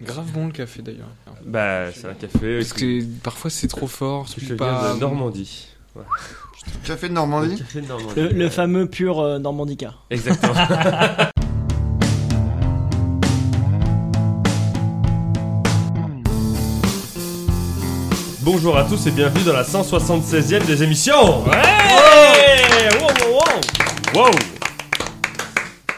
Grave bon le café d'ailleurs. Bah, c'est un café. Parce qui- que parfois c'est trop fort, qui c'est vient pas. de Normandie. Café de Le Normandie café de Normandie. Le, le fameux pur euh, Normandica. Exactement. Bonjour à tous et bienvenue dans la 176e des émissions. Ouais wow, wow, wow. Wow.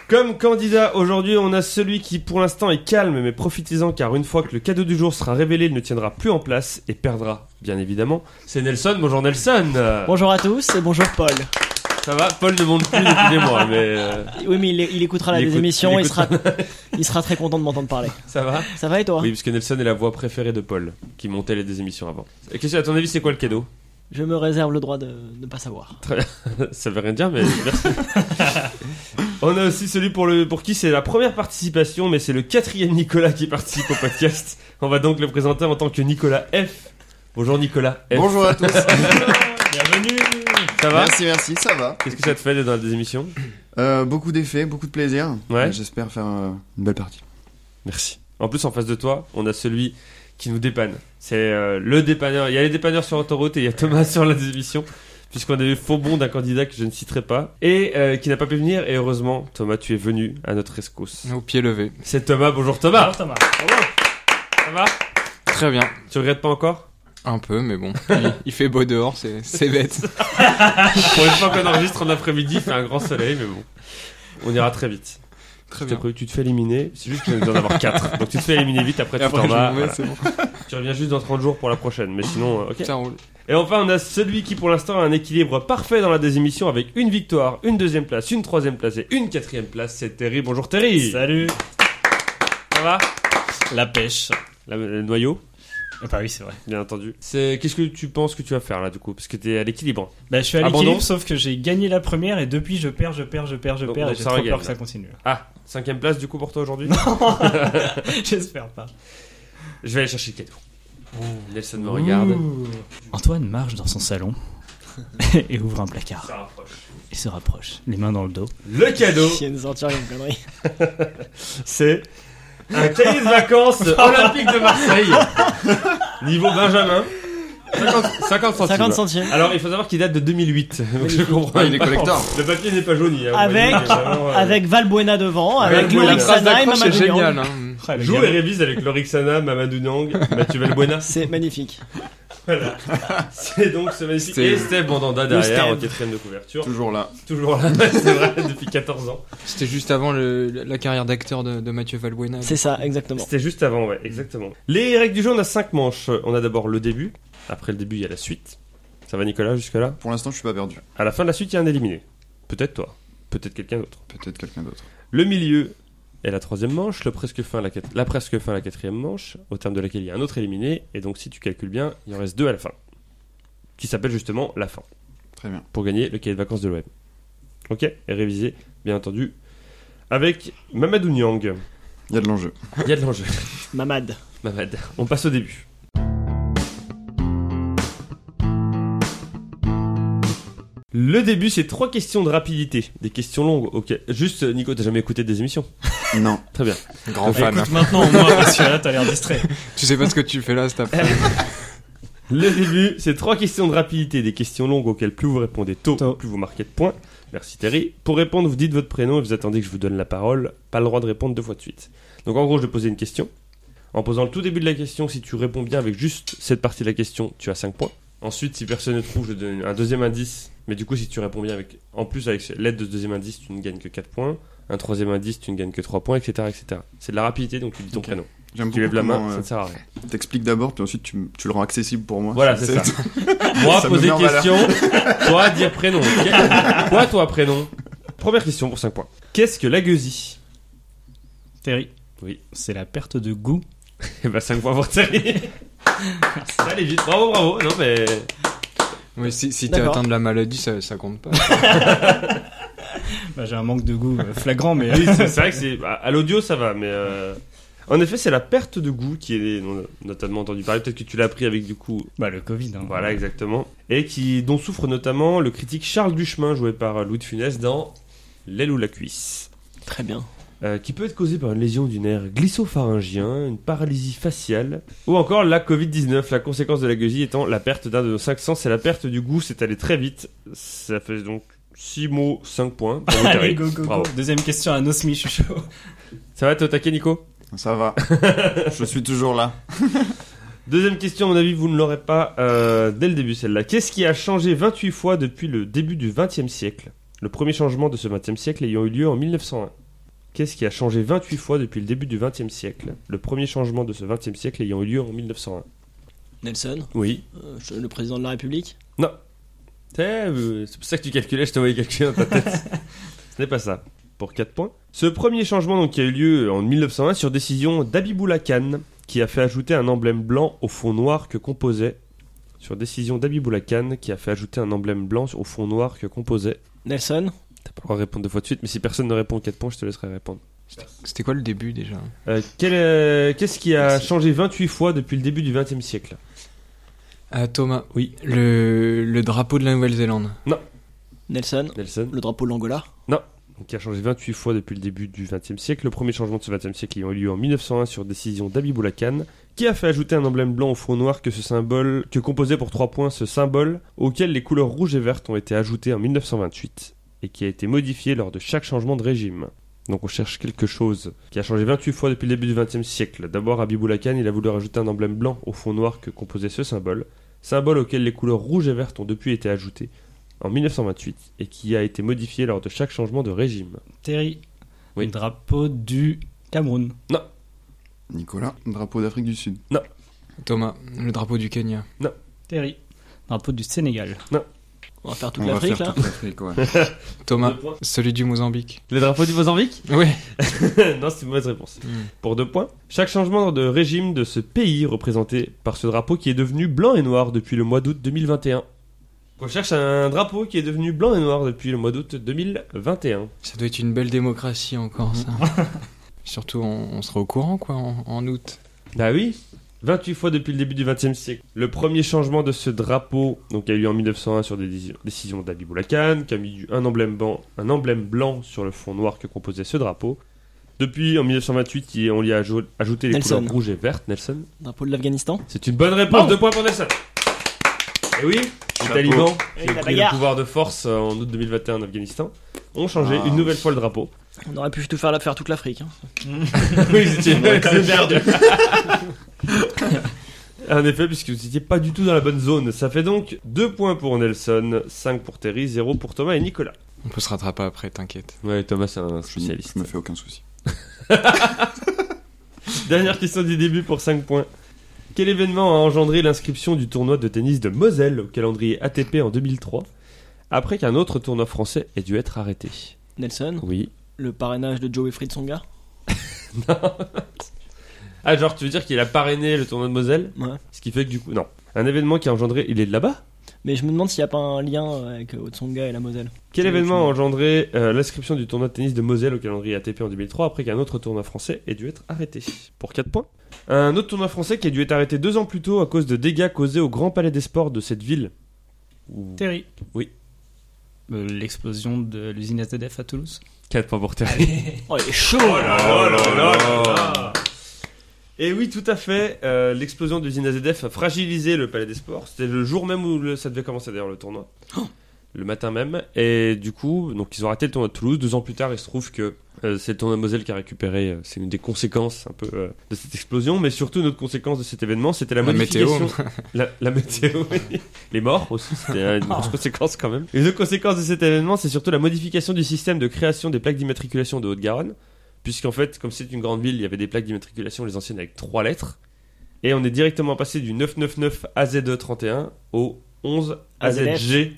Comme candidat aujourd'hui, on a celui qui pour l'instant est calme, mais profitez-en car une fois que le cadeau du jour sera révélé, il ne tiendra plus en place et perdra, bien évidemment. C'est Nelson. Bonjour Nelson. Bonjour à tous et bonjour Paul. Ça va, Paul ne monte plus depuis des mois, mais euh, Oui, mais il, il écoutera la Il des écoute- émissions il il, sera, il sera très content de m'entendre parler. ça va. Ça va et toi Oui, parce que Nelson est la voix préférée de Paul, qui montait les deux émissions avant. Et Question, à ton avis, c'est quoi le cadeau Je me réserve le droit de ne pas savoir. Ça veut rien dire, mais merci. On a aussi celui pour, le, pour qui c'est la première participation, mais c'est le quatrième Nicolas qui participe au podcast. On va donc le présenter en tant que Nicolas F. Bonjour Nicolas F. Bonjour à tous. Ça va merci, merci, ça va. Qu'est-ce que ça te fait d'être dans les deux émissions Euh, beaucoup d'effets, beaucoup de plaisir. Ouais. Euh, J'espère faire euh, une belle partie. Merci. En plus, en face de toi, on a celui qui nous dépanne. C'est euh, le dépanneur. Il y a les dépanneurs sur autoroute et il y a Thomas sur la démission. Puisqu'on avait faux bon d'un candidat que je ne citerai pas et euh, qui n'a pas pu venir. Et heureusement, Thomas, tu es venu à notre rescousse. Au pied levé. C'est Thomas. Bonjour Thomas. Thomas. Ça va Très bien. Tu regrettes pas encore Un peu, mais bon. Il, il fait beau dehors, c'est c'est bête. Pour une fois qu'on enregistre en après-midi, il fait un grand soleil, mais bon. On ira très vite. Très Je t'ai bien. prévu, tu te fais éliminer. C'est juste que tu en avoir 4. Donc tu te fais éliminer vite, après, Et tu t'en après, je vas. m'en vais, voilà. c'est bon. Tu reviens juste dans 30 jours pour la prochaine. Mais sinon, euh, ok. Ça roule. Et enfin, on a celui qui, pour l'instant, a un équilibre parfait dans la désémission avec une victoire, une deuxième place, une troisième place et une quatrième place. C'est Terry. Bonjour Terry. Salut Ça va La pêche La- Le noyau, Ah Bah oui, c'est vrai. bien entendu. C'est qu'est-ce que tu penses que tu vas faire là du coup Parce que t'es à l'équilibre. Bah je suis à Abandon. l'équilibre, sauf que j'ai gagné la première et depuis je perds, je perds, je perds, je Donc- perds donc et j'ai ça trop regagne, peur que là. ça continue. Ah, cinquième place du coup pour toi aujourd'hui. J'espère pas. Je vais aller chercher le cadeau. Nelson me regarde. Antoine marche dans son salon et ouvre un placard Ça rapproche. et se rapproche, les mains dans le dos. Le cadeau, Je viens de sortir une connerie. c'est un cahier de vacances olympique de Marseille. Niveau Benjamin. 50, 50 centimes. 50 centimes. Alors, il faut savoir qu'il date de 2008. Donc, je comprends. il est collector. Le papier n'est pas jauni. hein, Avec- vous voyez, vraiment, euh, Avec Valbuena devant, avec Valbuena. La Loïc phrase Sana et d'accroche est Mamadou Niang. géniale. hein. Ah, le Joue gars- et révise avec Lorixana, Mamadou Nyang, Mathieu Valbuena. C'est magnifique. Voilà. C'est donc ce magnifique. C'est- Et Steve Bandanda derrière, Steve. en quatrième de couverture. Toujours là. Toujours là, c'est vrai, depuis 14 ans. C'était juste avant le- la carrière d'acteur de, de Mathieu Valbuena. C'est ça, exactement. C'était juste avant, ouais, exactement. Les règles du jeu, on a 5 manches. On a d'abord le début. Après le début, il y a la suite. Ça va, Nicolas, jusque-là Pour l'instant, je suis pas perdu. À la fin de la suite, il y a un éliminé. Peut-être toi. Peut-être quelqu'un d'autre. Peut-être quelqu'un d'autre. Le milieu est la troisième manche, le presque fin la, quat- la presque fin la quatrième manche, au terme de laquelle il y a un autre éliminé, et donc si tu calcules bien, il en reste deux à la fin, qui s'appelle justement la fin, Très bien. pour gagner le cahier de vacances de l'OM. Ok, et révisé, bien entendu, avec Mamadou Niang. Il y a de l'enjeu. Il y a de l'enjeu. Mamad. Mamad, on passe au début. Le début, c'est trois questions de rapidité, des questions longues. Ok, juste Nico, t'as jamais écouté des émissions Non. Très bien. Grand Bah, fan. hein. écoute maintenant au moins parce que là t'as l'air distrait. Tu sais pas ce que tu fais là, c'est après. Le début, c'est trois questions de rapidité, des questions longues auxquelles plus vous répondez tôt, Tôt. plus vous marquez de points. Merci Terry. Pour répondre, vous dites votre prénom et vous attendez que je vous donne la parole. Pas le droit de répondre deux fois de suite. Donc en gros, je vais poser une question. En posant le tout début de la question, si tu réponds bien avec juste cette partie de la question, tu as 5 points. Ensuite, si personne ne trouve, je donne un deuxième indice. Mais du coup, si tu réponds bien avec, en plus avec l'aide de ce deuxième indice, tu ne gagnes que 4 points. Un troisième indice, tu ne gagnes que 3 points, etc. etc. C'est de la rapidité, donc tu dis ton Ok. prénom. J'aime Tu beaucoup lèves la main, comment, ça euh, ne sert à rien. T'expliques d'abord, puis ensuite tu, m- tu le rends accessible pour moi. Voilà, c'est ça. Moi, Hein, Ça me poser met en question, toi, dire prénom. Que- Quoi, toi, prénom Première question pour 5 points. Qu'est-ce que l'agueusie Terry. Oui. C'est la perte de goût. Eh ben, 5 points pour Thierry. Ça allait vite. Bravo, bravo. Non, mais. Oui, si si t'es D'accord. atteint de la maladie, ça, ça compte pas. Bah j'ai un manque de goût euh, flagrant mais... Oui, c'est c'est vrai que c'est. à- À l'audio, ça va, mais. euh, En effet, c'est la perte de goût qui est. On a notamment entendu parler. Peut-être que tu l'as appris avec du coup. Bah le Covid. Hein. Voilà, exactement. Et qui, dont souffre notamment le critique Charles Duchemin, joué par Louis de Funès dans L'aile ou la cuisse. Très bien. euh, qui peut être causée par une lésion du nerf glissopharyngien, une paralysie faciale, ou encore la Covid-19. La conséquence de la gueusille étant la perte d'un de nos cinq sens, c'est la perte du goût, c'est allé très vite. Ça fait donc 6 mots, 5 points. pour Nick Allez, Harry. go, go, go. Bravo. Deuxième question à Nosmi, je suis chaud. Ça va, t'es au taquet, Nico Ça va. je suis toujours là. Deuxième question, à mon avis, vous ne l'aurez pas euh, dès le début, celle-là. Qu'est-ce qui a changé 28 fois depuis le début du XXe siècle Le premier changement de ce XXe siècle ayant eu lieu en 1901. Qu'est-ce qui a changé 28 fois depuis le début du XXe siècle Le premier changement de ce XXe siècle ayant eu lieu en 1901. Nelson, Oui. euh, je- le président de la République. Non. T'es, euh, C'est pour ça que tu calculais, je te voyais calculer dans ta tête. ce n'est pas ça. Pour 4 points. Ce premier changement donc, qui a eu lieu euh, en 1901 sur décision d'Abiboula Khan, qui a fait ajouter un emblème blanc au fond noir que composait. Sur décision d'Abiboula Khan, qui a fait ajouter un emblème blanc au fond noir que composait. Nelson, T'as pas le droit de répondre deux fois de suite, mais si personne ne répond 4 points, je te laisserai répondre. C'était quoi le début déjà Euh, quel, euh, Qu'est-ce qui a Merci. changé 28 fois depuis le début du 20 siècle Ah, Thomas, Oui. le, le drapeau de la Nouvelle-Zélande. Nelson, Nelson le drapeau de l'Angola. donc qui a changé 28 fois depuis le début du XXe siècle. Le premier changement de ce XXe siècle ayant eu lieu en 1901 sur décision d'Abiboula Khan, qui a fait ajouter un emblème blanc au fond noir que ce symbole, que composait pour 3 points ce symbole, auquel les couleurs rouge et verte ont été ajoutées en 1928, et qui a été modifié lors de chaque changement de régime. Donc on cherche quelque chose qui a changé 28 fois depuis le début du XXe siècle. D'abord, Abiboula Khan, il a voulu rajouter un emblème blanc au fond noir que composait ce symbole, symbole auquel les couleurs rouge et verte ont depuis été ajoutées en 1928 et qui a été modifié lors de chaque changement de régime. Terry. Oui. Le drapeau du Cameroun. Nicolas, drapeau d'Afrique du Sud. Thomas, le drapeau du Kenya. Terry. Drapeau du Sénégal. On va faire toute On va l'Afrique faire là. toute l'Afrique, ouais. Thomas, Deux points. celui du Mozambique. Le drapeau du Mozambique Ouais. Non, c'est une mauvaise réponse. Pour deux points, chaque changement de régime de ce pays représenté par ce drapeau qui est devenu blanc et noir depuis le mois d'août 2021. On cherche un drapeau qui est devenu blanc et noir depuis le mois d'août 2021. Ça doit être une belle démocratie encore, ça. Surtout, on, on sera au courant, quoi, en, en août. Bah oui 28 fois depuis le début du XXe siècle. Le premier changement de ce drapeau donc, a eu lieu en 1901 sur des dési- décisions d'Abiboula Khan, qui a mis du- un emblème, blanc, un emblème blanc sur le fond noir que composait ce drapeau. Depuis, en 1928, il- on lui a ajou- ajouté les Nelson. couleurs rouge et verte, Nelson. Drapeau de l'Afghanistan. C'est une bonne réponse, Bon. deux points pour Nelson. Et Oh Eh oui, les Chapeau. talibans Et qui la ont pris le bagarre. pouvoir de force euh, en août 2021 en Afghanistan ont changé Ah. une nouvelle fois le drapeau. On aurait pu tout faire, faire toute l'Afrique. hein. oui, vous étiez perdu. En effet, puisque vous n'étiez pas du tout dans la bonne zone. Ça fait donc 2 points pour Nelson, 5 pour Terry, 0 pour Thomas et Nicolas. On peut se rattraper après, t'inquiète. Ouais, Thomas, c'est un Je me- je me fais aucun souci. Dernière question du début pour 5 points. Quel événement a engendré l'inscription du tournoi de tennis de Moselle au calendrier ATP en 2003 après qu'un autre tournoi français ait dû être arrêté Nelson, Oui. le parrainage de Joey Fried Songa. Ah, genre, tu veux dire qu'il a parrainé le tournoi de Moselle Ouais. Ce qui fait que du coup. Non. Un événement qui a engendré. Il est de là-bas Mais je me demande s'il n'y a pas un lien avec euh, Tsonga et la Moselle. Quel Oui, événement a tu vois. engendré euh, l'inscription du tournoi de tennis de Moselle au calendrier ATP en 2003 après qu'un autre tournoi français ait dû être arrêté Pour 4 points. Un autre tournoi français qui a dû être arrêté deux ans plus tôt à cause de dégâts causés au Grand Palais des Sports de cette ville. Ou- Terry. Oui. Euh, L'explosion de l'usine SDF à Toulouse. 4 points pour Terry. Oh, il est chaud Et oui, tout à fait. euh, L'explosion de l'usine AZF a fragilisé le Palais des Sports. C'était le jour même où le- ça devait commencer d'ailleurs le tournoi. Le matin même. Et du coup, donc ils ont raté le tournoi de Toulouse. Deux ans plus tard, il se trouve que euh, c'est le tournoi de Moselle qui a récupéré. euh, c'est une des conséquences un peu euh, de cette explosion. Mais surtout, une autre conséquence de cet événement, c'était la, La météo. modification. la, la météo. oui. Les morts aussi, c'était euh, une grosse conséquence quand même. Une autre conséquence de cet événement, c'est surtout la modification du système de création des plaques d'immatriculation de Haute-Garonne puisqu'en fait, comme c'est une grande ville, il y avait des plaques d'immatriculation, les anciennes, avec trois lettres. Et on est directement passé du 999 AZE31 au 11 AZG31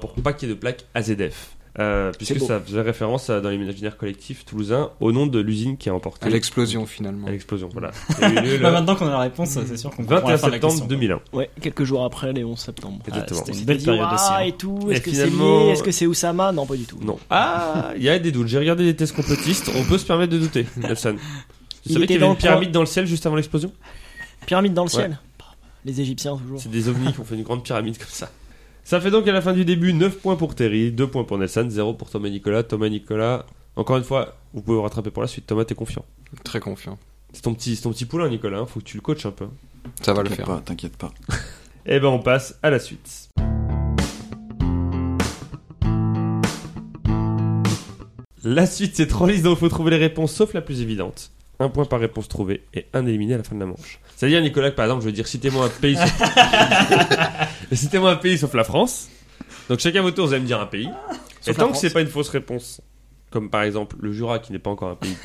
pour pas qu'il y ait de plaques AZF. Euh, puisque Oh. C'est beau. ça faisait référence à, dans l'imaginaire collectif toulousain au nom de l'usine qui a emporté À l'explosion, finalement. à l'explosion. Voilà. Qui a eu lieu le Bah, maintenant qu'on a la réponse, c'est sûr qu'on comprend 21 la fin de la septembre question. 2001. Ouais, quelques jours après les 11 septembre. Ah, Exactement. c'était On une s'était belle dit, période Ouah, aussi. hein. ah, et euh, tout, est-ce Et que finalement- c'est lié Est-ce que c'est Oussama Non, pas du tout. Non. Ah, il y a des doutes. J'ai regardé des tests complotistes. On peut se permettre de douter, Nelson. Tu Il savais qu'il était y avait dans une le pyramide dans le ciel juste avant l'explosion Pyramide dans le Ouais. ciel. Les Égyptiens, toujours. C'est des ovnis qui ont fait une grande pyramide comme ça. Ça fait donc à la fin du début 9 points pour Terry, 2 points pour Nelson, 0 pour Thomas et Nicolas. Thomas et Nicolas, Encore une fois, vous pouvez vous rattraper pour la suite. Thomas, t'es confiant. Très confiant. C'est ton petit, c'est ton petit poulain, Nicolas. hein. Faut que tu le coaches un peu. Ça va le T'inquiète faire. pas, hein. t'inquiète pas. Eh ben, on passe à la suite. La suite, c'est trois listes dont il faut trouver les réponses, sauf la plus évidente. Un point par réponse trouvée et un éliminé à la fin de la manche. C'est-à-dire, Nicolas, que par exemple, je veux dire, citez-moi un pays. sauf- citez-moi un pays sauf la France. Donc, chacun votre tour, vous allez me dire un pays. et la tant que France. c'est pas une fausse réponse, comme par exemple le Jura qui n'est pas encore un pays,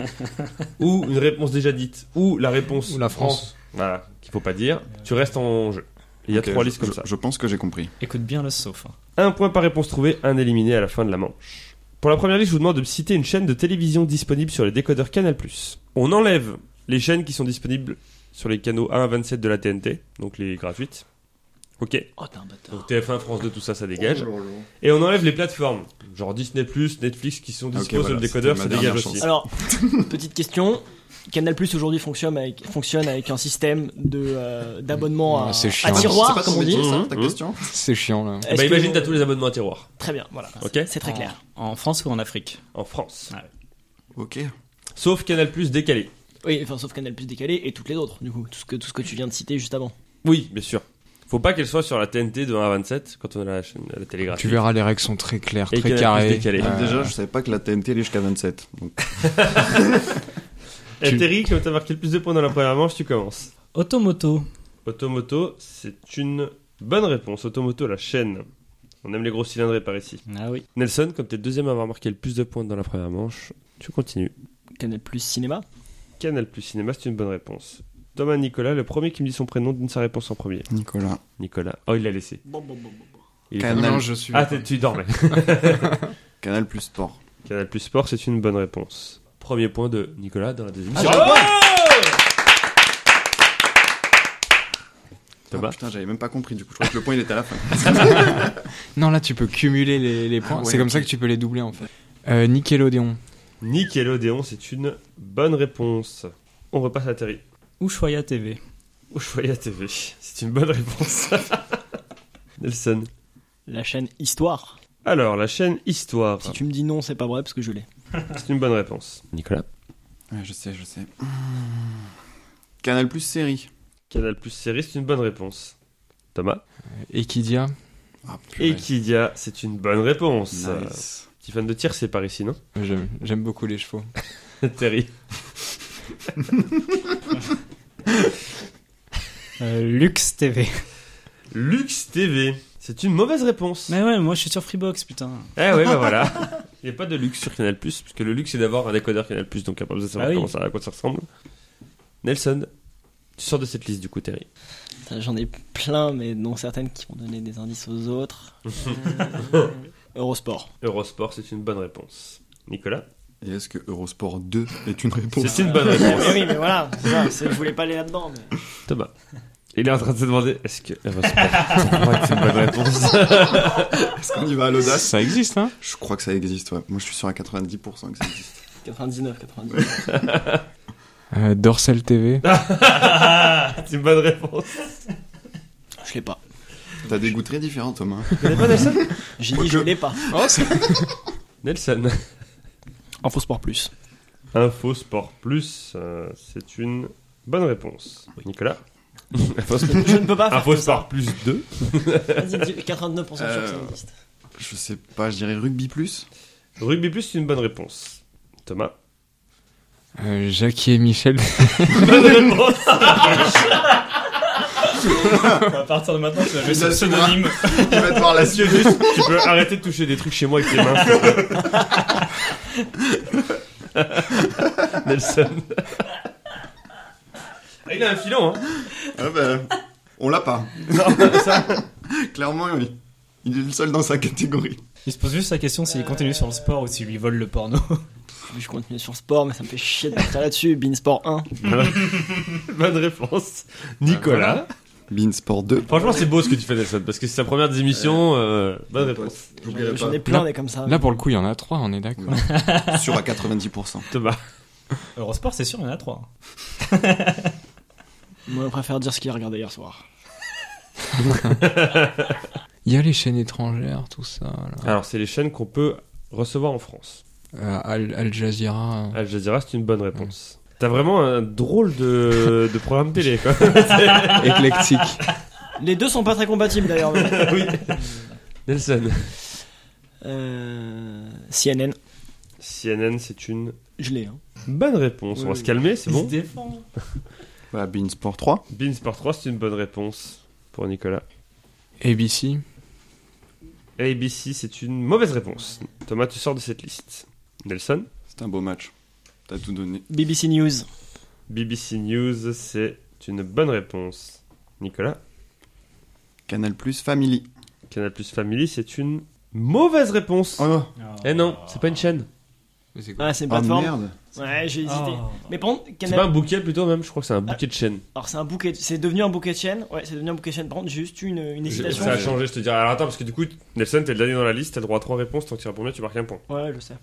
ou une réponse déjà dite, ou la réponse Ou la France. voilà, qu'il faut pas dire, tu restes en jeu. Il y a Ok, trois je- listes comme je- ça. Je pense que j'ai compris. Écoute bien le sauf. hein. Un point par réponse trouvée, un éliminé à la fin de la manche. Pour la première liste, je vous demande de citer une chaîne de télévision disponible sur les décodeurs Canal+. On enlève les chaînes qui sont disponibles sur les canaux 1 à 27 de la TNT, donc les gratuites. Ok. Oh, t'es un bâtard. Donc TF1, France 2, tout ça, ça dégage. Oh. Et on enlève les plateformes, genre Disney+, Netflix, qui sont dispo Ok, sur voilà, le décodeur, c'était ça ma dégage dernière aussi. chance. Alors, petite question. Canal Plus aujourd'hui fonctionne avec, fonctionne avec un système de, euh, d'abonnement Ouais, à, c'est chiant. à Ah, tiroir, C'est pas comme ton on dit. métier, ça, Mhm, ta mhm. question C'est chiant là. Est-ce Bah que imagine, vous- t'as tous les abonnements à tiroir, Très bien, voilà. ok C'est très En- clair. En France ou en Afrique En France. Ok. Sauf Canal+, décalé. Oui, enfin, sauf Canal Plus décalé et toutes les autres, du coup. Tout ce que, tout ce que tu viens de citer juste avant. Oui, bien sûr. Faut pas qu'elle soit sur la TNT de 1 à 27 quand on a la chaîne la télé gratuite. Tu verras, les règles sont très claires, Et très Canal+ carrées. décalé. Euh, Déjà, je savais pas que la TNT est jusqu'à 27. Donc, Eh, tu- Terry, comme t'as marqué le plus de points dans la première manche, tu commences. Automoto. Automoto, c'est une bonne réponse. Automoto, la chaîne. On aime les gros cylindrés par ici. Ah oui. Nelson, comme t'es le deuxième à avoir marqué le plus de points dans la première manche, tu continues. Canal Plus cinéma. Canal plus cinéma, c'est une bonne réponse. Thomas Nicolas, le premier qui me dit son prénom, donne sa réponse en premier. Nicolas. Nicolas. Oh, il l'a laissé. Il est Canal. Non, je suis. pas- Ah, t'es- tu dormais. Canal plus sport. Canal plus sport, c'est une bonne réponse. Premier point de Nicolas dans la deuxième. Ah, manche. j'ai un point. Thomas. Ah, putain, j'avais même pas compris du coup. Je croyais que le point il était à la fin. Non, là, tu peux cumuler les, les points. Ah ouais, c'est comme ok. ça que tu peux les doubler en fait. Euh, Nickelodeon. Nickelodeon, c'est une bonne réponse. On repasse à Terry. Ushuaïa TV. Ushuaïa TV, c'est une bonne réponse. Nelson. La chaîne Histoire. Alors, la chaîne Histoire, Si tu me dis non, c'est pas vrai parce que je l'ai. c'est une bonne réponse. Nicolas. Ouais, je sais, je sais. Canal plus série. Canal Plus Série, c'est une bonne réponse. Thomas. Equidia. Ah, purée. Equidia, c'est une bonne réponse. Euh, Nice. Petit fan de tir, c'est par ici, non J'aime j'aime beaucoup les chevaux. Terry. Euh, Lux TV. Lux TV, c'est une mauvaise réponse. Mais ouais, moi je suis sur Freebox, putain. Eh ouais, bah voilà. Il n'y a pas de luxe sur Canal Plus, puisque le luxe c'est d'avoir un décodeur Canal Plus, donc il n'y a pas besoin de savoir Ah oui. comment ça, à quoi ça ressemble. Nelson, tu sors de cette liste du coup, Terry. Ça, J'en ai plein, mais non certaines qui vont donner des indices aux autres. Eurosport. Eurosport, c'est une bonne réponse. Nicolas Et est-ce que Eurosport 2 est une réponse C'est une bonne réponse. Mais oui, mais voilà, c'est ça, c'est- je voulais pas aller là-dedans. Mais... Thomas. Il est en train de se demander est-ce que Eurosport c'est une bonne réponse Est-ce qu'on y va à l'audace Ça existe, hein Je crois que ça existe, ouais. Moi, je suis sûr à 90% que ça existe. 99, 99. Euh, Dorsal TV. C'est une bonne réponse. Je l'ai pas. T'as des goûts très différents, Thomas. J'ai dit Quoique. je l'ai pas. Oh, Nelson. Infosport Plus. Info Sport Plus, euh, c'est une bonne réponse. Nicolas Info Sport- Je ne peux pas faire Info que ça. Sport Plus 2, Vas-y, dis- 99% sûr que ça Euh, existe. Je sais pas, je dirais rugby plus. Rugby Plus, c'est une bonne réponse. Thomas Euh, Jackie et Michel. Bonne réponse À partir de maintenant, tu vas juste pseudonyme. Il va te voir la Monsieur, juste, tu peux arrêter de toucher des trucs chez moi avec tes mains. s'il te plaît. Nelson. Ah, il a un filon, hein Ah bah, on l'a pas. Non, ça, Clairement, oui. Il est le seul dans sa catégorie. Il se pose juste la question s'il continue sur le sport ou s'il lui vole le porno. Je continue sur sport, mais ça me fait chier de partir là-dessus. Beansport 1. hein. Bonne réponse. Nicolas. Beansport 2. Franchement, c'est beau ce que tu fais, Nelson, parce que c'est sa première des émissions. euh, bonne réponse. J'oublierai J'en ai pas. plein des comme ça. Là, pour le coup, il y en a trois, on est d'accord. Sûr à 90%. Thomas. Eurosport, c'est sûr, il y en a trois. Moi, je préfère dire ce qu'il a regardé hier soir. Il y a les chaînes étrangères, tout ça. là. Alors, c'est les chaînes qu'on peut recevoir en France. Euh, Al, Al Jazeera. euh. Al Jazeera, c'est une bonne réponse. T'as vraiment un drôle de, de programme télé, quoi. Éclectique. Les deux sont pas très compatibles d'ailleurs. mais- oui. Nelson. Euh, CNN, CNN, c'est une je l'ai. hein. bonne réponse. On va Oui. se calmer, c'est bon. Bah, Beansport 3. Beansport 3, c'est une bonne réponse pour Nicolas. ABC. ABC, c'est une mauvaise réponse. Thomas, tu sors de cette liste. Nelson. C'était un beau match. T'as tout donné. BBC News, BBC News, c'est une bonne réponse. Nicolas. Canal Plus Family. Canal Plus Family, c'est une mauvaise réponse. Oh non. Ah. Eh non, c'est pas une chaîne. C'est quoi ah, c'est une Oh plateforme. merde. ouais, j'ai hésité. Ah. Mais par contre, Ah. C'est pas un Canal. bouquet plutôt même, je crois que c'est un bouquet de chaînes. Alors c'est un bouquet, c'est devenu un bouquet de chaîne. Ouais, c'est devenu un bouquet de chaîne. Par contre, j'ai juste eu une, une Je- hésitation. Ça a changé, je te dirais. Alors attends, parce que du coup, Nelson, t'es le dernier dans la liste, t'as le droit à 3 réponses, tant que tu réponds bien, tu marques un point. Ouais, je sais.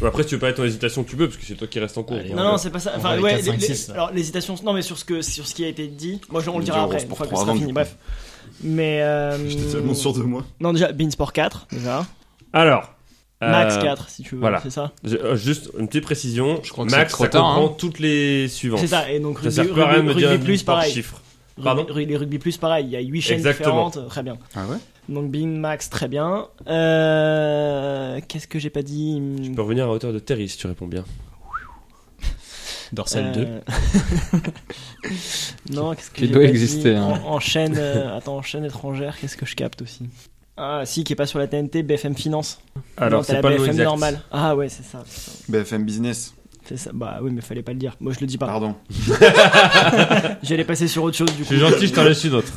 Bon, après, si tu veux pas être en hésitation, tu peux, parce que c'est toi qui reste en cours. euh, Allez, Bon, Non, non, c'est pas ça. on Enfin, va les ouais, quatre, les- cinq, six, là. alors l'hésitation, non, mais sur ce, que, sur ce qui a été dit, moi je- on On le dira dira après, Eurosport une fois que 3 ce sera avant, fini, du bref. Mais. euh, J'étais tellement sûr de moi. Non, déjà, Beansport 4, déjà. Alors. euh, Max 4, si tu veux, voilà. c'est ça je- euh, juste une petite précision. Je crois que Max, c'est trop ça tard, comprend toutes les suivantes. C'est ça, et donc Ça Rugby, sert plus à rien de rugby- me Rugby dire plus, par pareil. chiffre. Pardon Rugby, rugby- rugby plus, pareil, il y a 8 chaînes Exactement. différentes, euh, très bien. Ah ouais Donc Bean Max, très bien. Euh, Qu'est-ce que j'ai pas dit Hmm, Tu peux revenir à hauteur de Terry si tu réponds bien. Dorsal 2. euh, non, qu'est-ce que Qui j'ai doit pas exister, dit hein. en, en chaîne, euh, attends, en chaîne étrangère, qu'est-ce que je capte aussi Ah, si, qui est pas sur la TNT, BFM Finance. Alors, Non, t'as c'est la pas le nom BFM exact. normal. Ah ouais, c'est ça. BFM Business. C'est ça. Bah oui, mais fallait pas le dire. Moi, je le dis pas. Pardon. J'allais passer sur autre chose du Je coup. suis gentil, je t'en laisse une autre.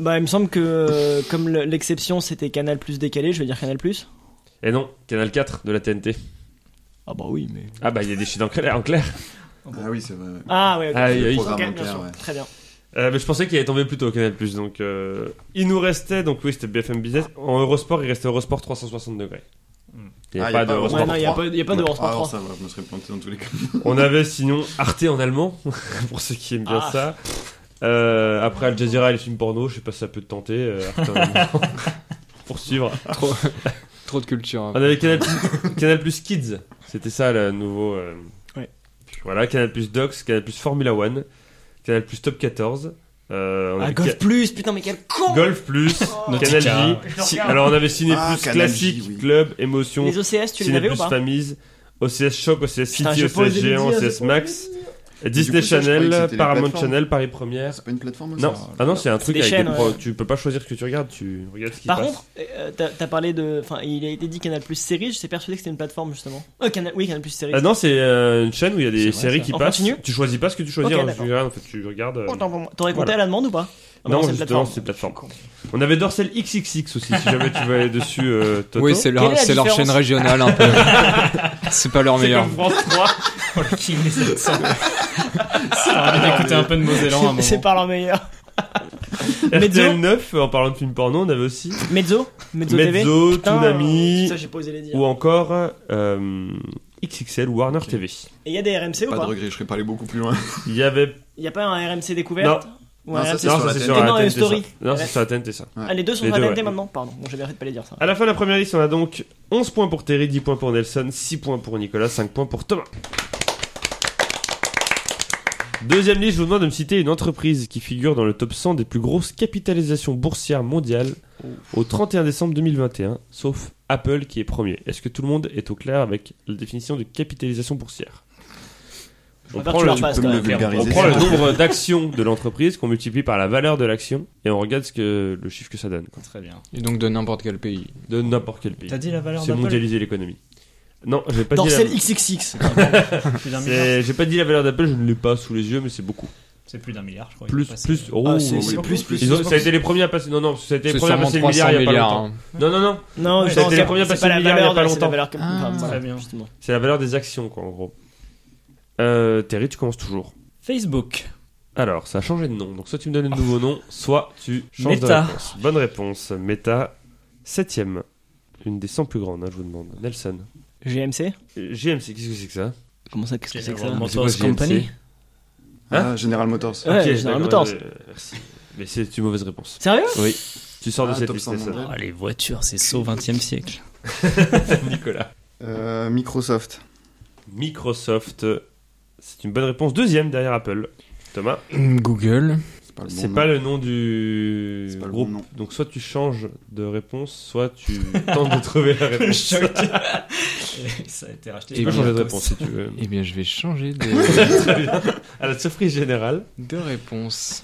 Bah, il me semble que euh, comme le- l'exception c'était Canal Plus décalé, je vais dire Canal Plus. Et non, Canal 4 de la TNT. Ah bah oui, mais. Ah bah, il y a des chaînes en clair. En clair. Ah oui, c'est vrai. Ah ouais. ok. Ah, il y a- Ok, programme bien clair, sûr. ouais. Très bien. Euh, mais je pensais qu'il allait tomber plus tôt au Canal donc euh, il nous restait donc oui c'était BFM Business en Eurosport il restait Eurosport 360 degrés. Il n'y a Ah, il y pas a de pas Eurosport. Ouais, non, il y a 3. pas, il y a pas de Ah, hors sport alors 3. ça va, je me serais planté dans tous les cas. On avait sinon Arte en allemand pour ceux qui aiment bien Ah. ça. Euh, après Al Jazeera et les films porno je sais pas si ça peut te tenter euh, Arte en allemand. Poursuivre. trop, trop de culture. hein. On avait Canal Plus, Canal Plus Kids c'était ça le nouveau. euh, Ouais. Voilà Canal Plus Docs Canal Plus Formula One Canal Plus Top 14. euh, on Ah, avait Golf Ca- Plus, putain, mais quel con Golf Plus, Canal Nautica. J, Je le Si- regarde. Alors on avait Ciné Oh. Ah, Plus Canal J, classique, oui. club, émotion, Les OCS, tu les Ciné avais Plus ou pas Famille, OCS Choc, OCS Putain, City, j'ai pas OCS osé le Géant, dire, j'ai OCS pas Max, Mais Disney du coup, ça, je croyais que Channel, c'était les Paramount plateformes. Channel, Paris Première. C'est pas une plateforme ça Non, ah non, c'est un truc des avec chaînes, des pro- ouais. tu peux pas choisir ce que tu regardes, tu regardes ce qui Par passe. contre, euh, t'as t'as parlé de. Enfin, il a été dit Canal Plus série, j'étais persuadé que c'était une plateforme justement. Euh, Canal, oui, Canal Plus série. Ah non, c'est euh, une chaîne où il y a des C'est vrai, séries ça. qui On passent. continue Tu choisis pas ce que tu choisis, Ok, hein, d'accord. tu regardes, en fait, tu regardes. euh, Autant pour moi. T'aurais compté voilà. à la demande ou pas Ah, bah Non, une justement, plateforme. c'est plateforme. On avait Dorsel XXX aussi, si jamais tu veux aller dessus, euh, Toto. Oui, c'est Quelle est leur, la c'est leur différence chaîne régionale un peu. c'est pas leur C'est meilleur. comme France 3. Qui les a- ça a envie d'écouter un peu de Mosellan à un moment. C'est par leur meilleur. Mezzo RTL 9, en parlant de films porno, on avait aussi Mezzo Mezzo TV Mezzo, Putain, Toonami, Ça, j'ai pas osé les dire. ou encore euh, XXL Warner TV. Et y a des RMC ou Pas de pas regret, je serais pas allé beaucoup plus loin. Il y avait. Y a pas un RMC découverte Ou un Non, ça, RMC c'est sur la TNT. la Non, et TNT, Story. ça. Non, c'est Ouais. sur la TNT ça. Ah, les deux sont Les sur la deux, TNT ouais. maintenant Pardon, bon, j'ai bien fait de pas les dire ça. À la fin de la première liste, on a donc 11 points pour Terry, 10 points pour Nelson, 6 points pour Nicolas, 5 points pour Thomas. Deuxième liste, je vous demande de me citer une entreprise qui figure dans le top 100 des plus grosses capitalisations boursières mondiales au 31 décembre 2021, sauf Apple qui est premier. Est-ce que tout le monde est au clair avec la définition de capitalisation boursière Je préfère que Ah, tu leur Ah, fasses, peux me toi. le vulgariser. On prend le nombre d'actions de l'entreprise qu'on multiplie par la valeur de l'action et on regarde ce que, le chiffre que ça donne. quoi. Très bien. Et donc de n'importe quel pays. De n'importe quel pays. T'as dit la valeur C'est d'Apple mondialiser l'économie. Non, j'ai pas, dit la... Dorsel XXX. Plus d'un milliard. C'est- j'ai pas dit la valeur d'Apple, je ne l'ai pas sous les yeux, mais c'est beaucoup. C'est plus d'un milliard, je crois. Plus, Il est passé. plus, oh, Ah, c'est- oui. c'est oui. plus, plus. Ils ont- ça a été les premiers à passer. Non, non, ça a été les C'est premiers à sûrement passer le 300 milliard il y a pas milliards. longtemps. hein. Non, non, non, Non, Ouais, justement, c'était les premiers à c'est passer pas la le milliard il y a valeur, pas c'est la longtemps. valeur que- Ah. enfin, voilà, Très bien. justement. c'est la valeur des actions, quoi, en gros. Euh, Terry, tu commences toujours. Facebook. Alors, ça a changé de nom. Donc, soit tu me donnes un nouveau nom, soit tu changes Meta. de réponse. Bonne réponse. Meta, septième. Une des 100 plus grandes, hein, je vous demande. Nelson. GMC Euh, GMC, qu'est-ce que c'est que ça Comment ça, qu'est-ce que c'est que ça General Ah, C'est quoi, Motors GMC? Company. Hein Ah, General Motors. Ouais, Ok, General d'accord, Motors. euh, merci. Mais c'est une mauvaise réponse. Sérieux Oui. Tu sors de Ah, cette top liste, 100 Nelson. mondial. Oh, les voitures, c'est ça au 20 e siècle. Nicolas. Euh, Microsoft. Microsoft, c'est une bonne réponse. Deuxième derrière Apple. Thomas, hein. Google. C'est pas le c'est nom. pas le nom du C'est pas le bon groupe. nom. Donc soit tu changes de réponse, soit tu tentes de trouver la Le réponse. choc. ça a été racheté. Et Tu peux bien, changer de réponse si tu veux. Eh bien, je vais changer de, Très bien. à la surprise générale, de réponse.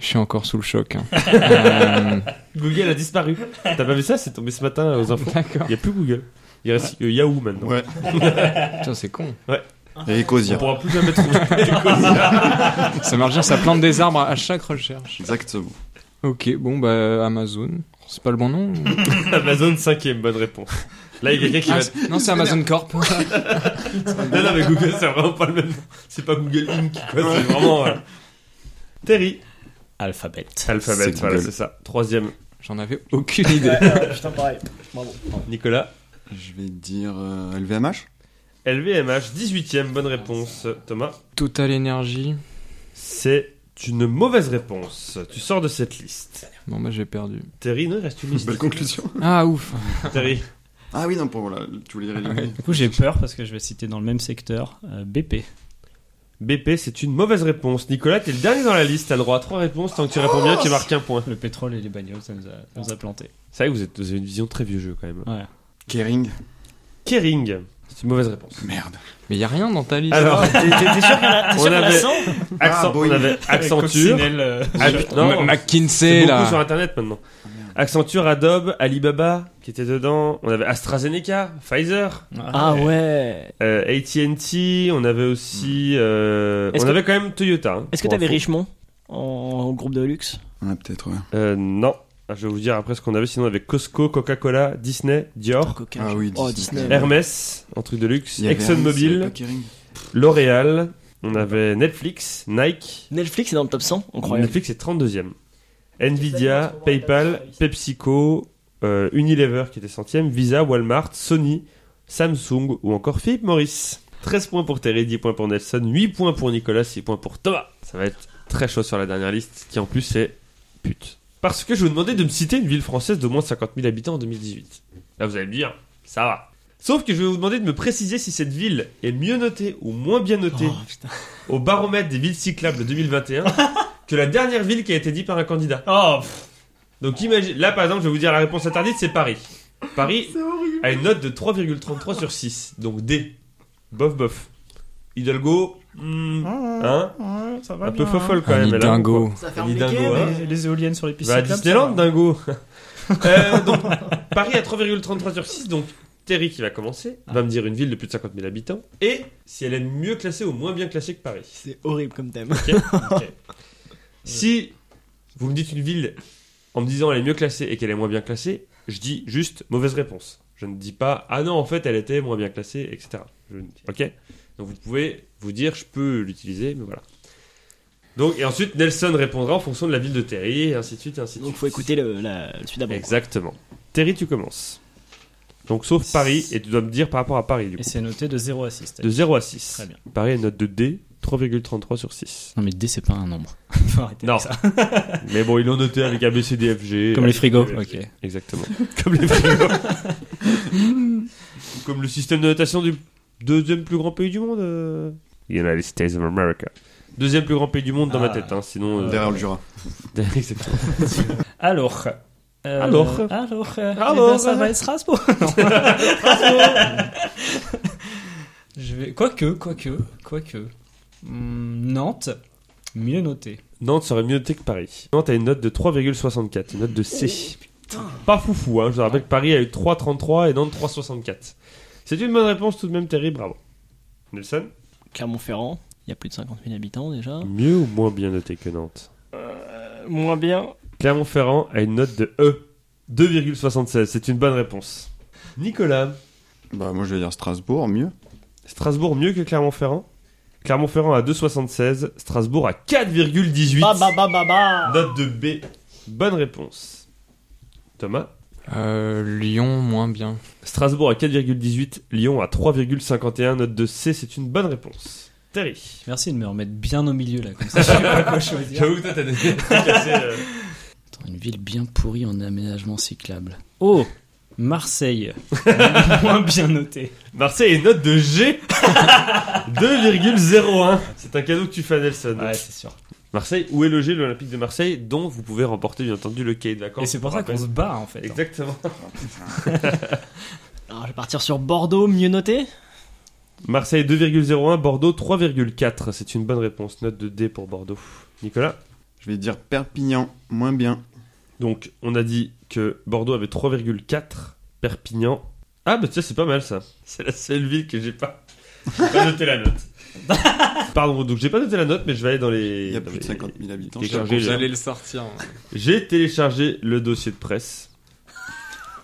Je suis encore sous le choc. hein. Euh, Google a disparu. T'as pas vu ça C'est tombé ce matin aux infos. D'accord. Il y a plus Google. Il reste que Yahoo maintenant. Ouais. Putain, c'est con. Et On Ecosia. pourra plus jamais trouver. Ça marche bien, ça plante des arbres à chaque recherche. Exactement. Ok, bon, bah, Amazon. C'est pas le bon nom ou- Amazon cinquième bonne réponse. Là, il y a quelqu'un qui va. Ah, c'est- Non, c'est Amazon Corp. Non, non, mais Google, c'est vraiment pas le même. nom. C'est pas Google Inc. Quoi. C'est vraiment. euh, Terry. Alphabet. Alphabet, C'est voilà, Google. c'est ça. Troisième. J'en avais aucune idée. Putain, pareil. Bravo. Nicolas. Je vais dire euh, LVMH. LVMH, 18ème, bonne réponse. Thomas. Total Energy. C'est une mauvaise réponse. Tu sors de cette liste. Bon, bah, j'ai perdu. Terry, non, il reste une liste. Belle conclusion. Ah, ouf. Terry. Ah oui, non, pour voilà, tu Ah voulais éliminer. Ah, Du coup, j'ai peur parce que je vais citer dans le même secteur euh, BP. BP, c'est une mauvaise réponse. Nicolas, t'es le dernier dans la liste. T'as le droit à trois réponses. Tant que tu réponds bien, tu marques un point. Le pétrole et les bagnoles, ça nous a, ça nous a planté. C'est vrai que vous, êtes, vous avez une vision très vieux jeu quand même. Ouais. Kering. Kering. C'est une mauvaise réponse. Merde. Mais y a rien dans ta liste. Alors, on avait Ah, accent, on Boeing. avait Accenture. Coccinelle, euh, Ah, non, Ma- C'est McKinsey, beaucoup là. sur internet maintenant. merde. Accenture, Adobe, Alibaba qui était dedans. On avait AstraZeneca, Pfizer, Ah ouais. euh, AT&T. On avait aussi. euh, on Hmm. Est-ce que- avait quand même Toyota. hein, Est-ce que pour t'avais info. Richemont en, en groupe de luxe Ouais, peut-être, ouais. Euh, Non. Ah, Je vais vous dire après ce qu'on avait. Sinon, on avait Costco, Coca-Cola, Disney, Dior, Coca, Ah je- oui, Oh, Disney. Disney. Hermès, un truc de luxe, Il y avait Hermès, il y avait ExxonMobil, pas Kering. L'Oréal. On avait Netflix, Nike. Netflix est dans le top 100, incroyable. Netflix est 32e. Nvidia, PayPal, PepsiCo, euh, Unilever qui était centième, Visa, Walmart, Sony, Samsung ou encore Philip Morris. 13 points pour Terry, 10 points pour Nelson, 8 points pour Nicolas, 6 points pour Thomas. Ça va être très chaud sur la dernière liste qui en plus est pute. Parce que je vous demandais de me citer une ville française de moins de 50 000 habitants en 2018. Là vous allez me dire, ça va. Sauf que je vais vous demander de me préciser si cette ville est mieux notée ou moins bien notée Oh, putain. au baromètre des villes cyclables 2021 que la dernière ville qui a été dite par un candidat. Oh, pff, Donc imagine, là par exemple, je vais vous dire la réponse interdite, c'est Paris. Paris a une note de 3,33 sur 6, donc D. Bof bof. Hidalgo, hmm, hein, ça va un peu fofolle quand Un même. elle, hein, dingo. Ça ferme les dingo, hein. quais, mais les éoliennes sur les ou pistes. quoi. Va à Disneyland, dingo. Euh, donc, Paris a 3,33 sur 6, donc Terry qui va commencer va me dire une ville de plus de 50 000 habitants et si elle est mieux classée ou moins bien classée que Paris. C'est horrible comme thème. Si vous me dites une ville en me disant elle est mieux classée et qu'elle est moins bien classée, je dis juste mauvaise réponse. Je ne dis pas ah non en fait elle était moins bien classée etc. Je ne dis- ok donc vous pouvez vous dire je peux l'utiliser mais voilà. Donc et ensuite Nelson répondra en fonction de la ville de Terry et ainsi de suite et ainsi de Donc suite. faut écouter le, la, le suite d'abord. Exactement. Terry tu commences. Donc sauf Paris et tu dois me dire par rapport à Paris du Et coup. c'est noté de 0 à 6. De 0 à 6. Très bien. Paris a une note de D 3,33 sur 6. Non, mais D, c'est pas un nombre. Faut arrêter Non. avec ça. Mais bon, ils l'ont noté avec ABCDFG. Comme les frigos, ABCDFG. ok. Exactement. Comme les frigos. Ou Comme le système de notation du deuxième plus grand pays du monde. euh, United States of America. Deuxième plus grand pays du monde dans ma Ah. tête, hein, sinon. Derrière le Jura. euh, Exactement. Alors. euh, Alors. Alors. euh, Alors. eh ben, ça va être Strasbourg. Non. Je vais. Quoique, quoique, quoique. Hum, Nantes, mieux noté. Nantes serait mieux noté que Paris. Nantes a une note de 3,64, une note de C. Pas foufou, hein, je vous rappelle que Paris a eu 3,33 et Nantes 3,64. C'est une bonne réponse tout de même, Terry, bravo. Nelson Clermont-Ferrand, il y a plus de 50 000 habitants déjà. Euh, Mieux ou moins bien noté que Nantes moins bien. Clermont-Ferrand a une note de E. 2,76, c'est une bonne réponse. Nicolas, Bah, moi, je vais dire Strasbourg, mieux. Strasbourg mieux que Clermont-Ferrand Clermont-Ferrand à 2,76, Strasbourg à 4,18. Bah bah bah bah bah. Note de B. Bonne réponse. Thomas Euh, Lyon, moins bien. Strasbourg à 4,18, Lyon à 3,51, note de C, c'est une bonne réponse. Terry. Merci de me remettre bien au milieu là, comme ça je sais pas quoi choisir. que toi t'as des trucs assez, euh, Attends, une ville bien pourrie en aménagement cyclable. Oh Marseille. Moins bien noté. Marseille est note de G 2,01. C'est un cadeau que tu fais à Nelson. Ouais, c'est sûr. Marseille, où est logé l'Olympique de Marseille, dont vous pouvez remporter bien entendu le cahier de vacances. Et c'est pour Je ça vous qu'on se rappelle. bat en fait. hein. Exactement. Alors, je vais partir sur Bordeaux, mieux noté. Marseille 2,01, Bordeaux 3,4. C'est une bonne réponse. Note de D pour Bordeaux. Nicolas Je vais dire Perpignan, moins bien. Donc, on a dit que Bordeaux avait 3,4, Perpignan. Ah, bah tiens, c'est pas mal ça. C'est la seule ville que j'ai pas. J'ai pas noté la note. Pardon, donc j'ai pas noté la note, mais je vais aller dans les. Il y a dans plus de les- 50 000 habitants. Quelqu'un- Charles. J'ai- J'allais le sortir. J'ai téléchargé le dossier de presse.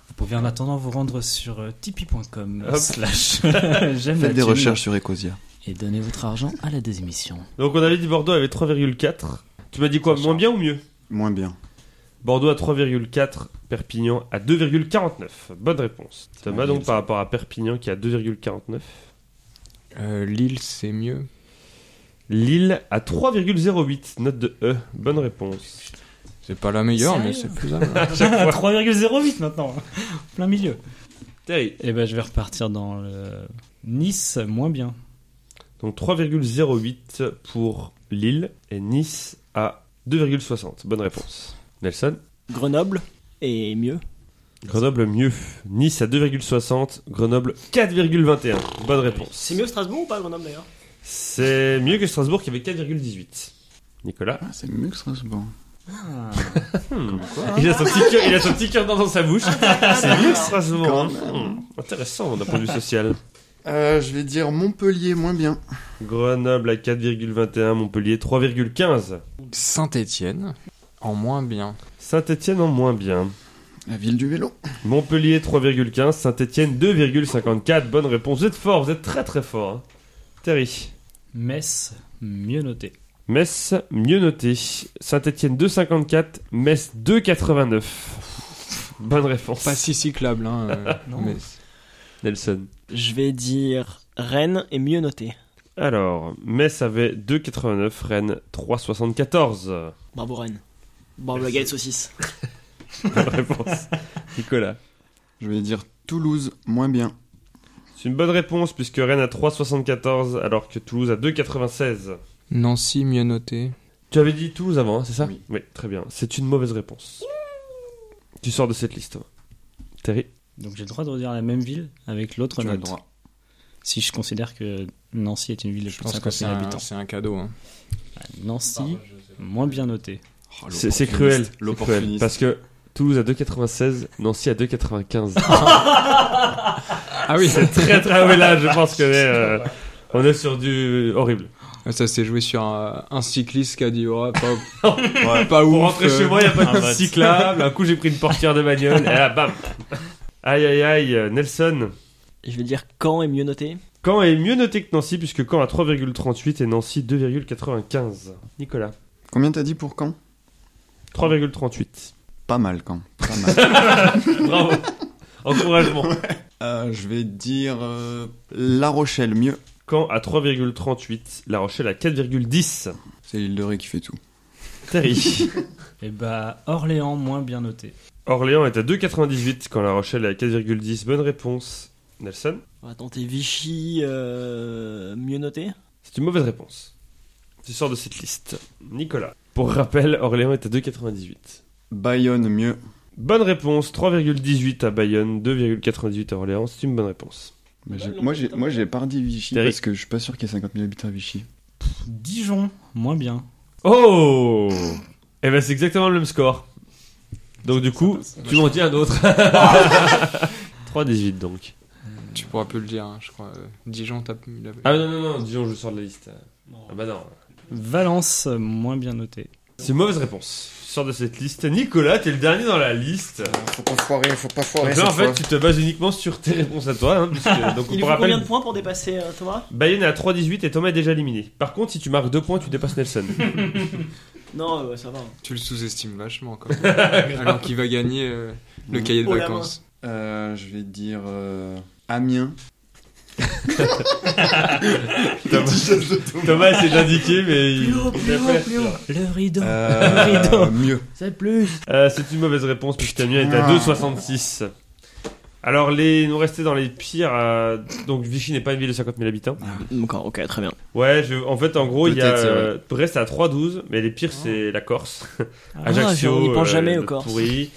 Vous pouvez en attendant vous rendre sur euh, tipeee.com Hop. slash j'aime la Faites des thune. recherches sur Ecosia. Et donnez votre argent à la désémission. Donc, on avait dit Bordeaux avait 3,4. Tu m'as dit quoi Moins bien ou mieux Moins bien. Bordeaux à 3,4, Perpignan à 2,49. Bonne réponse. Thomas, donc par rapport à Perpignan qui est à 2,49. Euh, Lille, c'est mieux. Lille à 3,08, note de E. Bonne réponse. C'est pas la meilleure, mais Sérieux c'est faisable. 3,08 maintenant. hein. Plein milieu. Terry. Et ben je vais repartir dans le Nice moins bien. Donc 3,08 pour Lille et Nice à 2,60. Bonne réponse. Nelson. Grenoble, et mieux. Grenoble mieux. Nice à 2,60. Grenoble 4,21. Bonne réponse. C'est mieux Strasbourg ou pas Grenoble d'ailleurs C'est mieux que Strasbourg qui avait 4,18. Nicolas. Ah, c'est mieux que Strasbourg. Il a son petit cœur, il a son petit cœur dans dans sa bouche. C'est mieux que Strasbourg. Quand hein. Hmm. Intéressant d'un point de vue social. Euh, je vais dire Montpellier, moins bien. Grenoble à 4,21. Montpellier 3,15. Saint-Étienne, en moins bien. Saint-Etienne en moins bien. La ville du vélo. Montpellier 3,15, Saint-Etienne 2,54. Bonne réponse. Vous êtes fort, vous êtes très très fort. hein. Terry. Metz mieux noté. Metz, mieux noté. Saint-Etienne 2,54, Metz 2,89. Bonne réponse. Pas si cyclable, hein. euh, Non. mais Nelson. Je vais dire Rennes et mieux noté. Alors, Metz avait 2,89, Rennes 3,74. Bravo Rennes. Bravo la galette saucisse. Bonne réponse. Nicolas. Je vais dire Toulouse, moins bien. C'est une bonne réponse puisque Rennes a 3,74 alors que Toulouse a 2,96. Nancy, mieux noté. Tu avais dit Toulouse avant, hein, c'est ça Oui. très bien. C'est une mauvaise réponse. Tu sors de cette liste. toi. Terry. Donc j'ai le droit de redire la même ville avec Tu l'autre as note. le droit. Si je considère que Nancy est une ville de Je plus de pense que 50 c'est 000 un, habitants. c'est un cadeau. hein. Nancy moins bien noté. Oh, C'est c'est cruel. c'est cruel, L'opportuniste. Parce que Toulouse à 2,96, Nancy à 2,95. Ah oui, c'est très très ouais, là, je pense que euh, on est sur du horrible. ça s'est joué sur un, un cycliste qui a dit oh, pas, Ouais. pas ouf. Pour rentrer euh, chez moi, il n'y a pas un de vote. cyclable. Un coup, j'ai pris une portière de bagnole et là, bam. Aïe aïe aïe, euh, Nelson. Je vais dire Caen est mieux noté. Caen est mieux noté que Nancy puisque Caen a 3,38 et Nancy 2,95. Nicolas. Combien t'as dit pour quand 3,38. Pas mal quand. Pas mal. Bravo. Encouragement. Euh, je vais dire euh, La Rochelle, mieux. Caen à 3,38, La Rochelle à 4,10. C'est l'île de Ré qui fait tout. Terry. Et bah Orléans moins bien noté. Orléans est à 2,98 quand La Rochelle est à 4,10. Bonne réponse. Nelson On va tenter Vichy, euh, mieux noté. C'est une mauvaise réponse. Tu sors de cette liste. Nicolas. Pour rappel, Orléans est à 2,98. Bayonne, mieux. Bonne réponse. 3,18 à Bayonne, 2,98 à Orléans. C'est une bonne réponse. Mais j'ai- Bayonne, moi, j'ai, putain. moi, j'ai pas dit Vichy Terry. parce que je suis pas sûr qu'il y ait 50 000 habitants à Vichy. Dijon moins bien. Oh Eh ben c'est exactement le même score. Donc du coup, tu m'en dis un autre. 3,18 donc. Tu pourras plus le dire, hein, je crois. euh, Dijon, t'as il avait- Ah non, non, non, disons je sors de la liste. Ah bah non. Valence moins bien noté. C'est une mauvaise réponse. Tu sors de cette liste. Nicolas, t'es le dernier dans la liste. Faut pas foirer, faut pas foirer. Donc là, en fait, tu te bases uniquement sur tes réponses à toi. hein, puisque- donc, Il pour faut combien rappel, de points pour dépasser euh, Thomas Bayonne est à 3,18 et Thomas est déjà éliminé. Par contre, si tu marques 2 points, tu dépasses Nelson. Non, euh, ça va. Tu le sous-estimes vachement, Ah, quand même. Alors qu'il va gagner euh, le cahier de Oh la vacances. Euh, je vais dire euh, Amiens. Thomas essaie d'indiquer, mais. il- il a pas l'air sûr. Le rideau. Euh, mieux. C'est plus. Euh, C'est une mauvaise réponse puisque Damien est à 2,66. Alors, les, nous rester dans les pires. euh, donc, Vichy n'est pas une ville de 50 000 habitants. D'accord, ok, très bien. Ouais, je- en fait, en gros, il y a. Peut-être, c'est vrai. euh, Brest est à 3,12, mais les pires, c'est la Corse. Ajaccio. on n'y Ah, pense euh, jamais des aux notes Corses. pourries.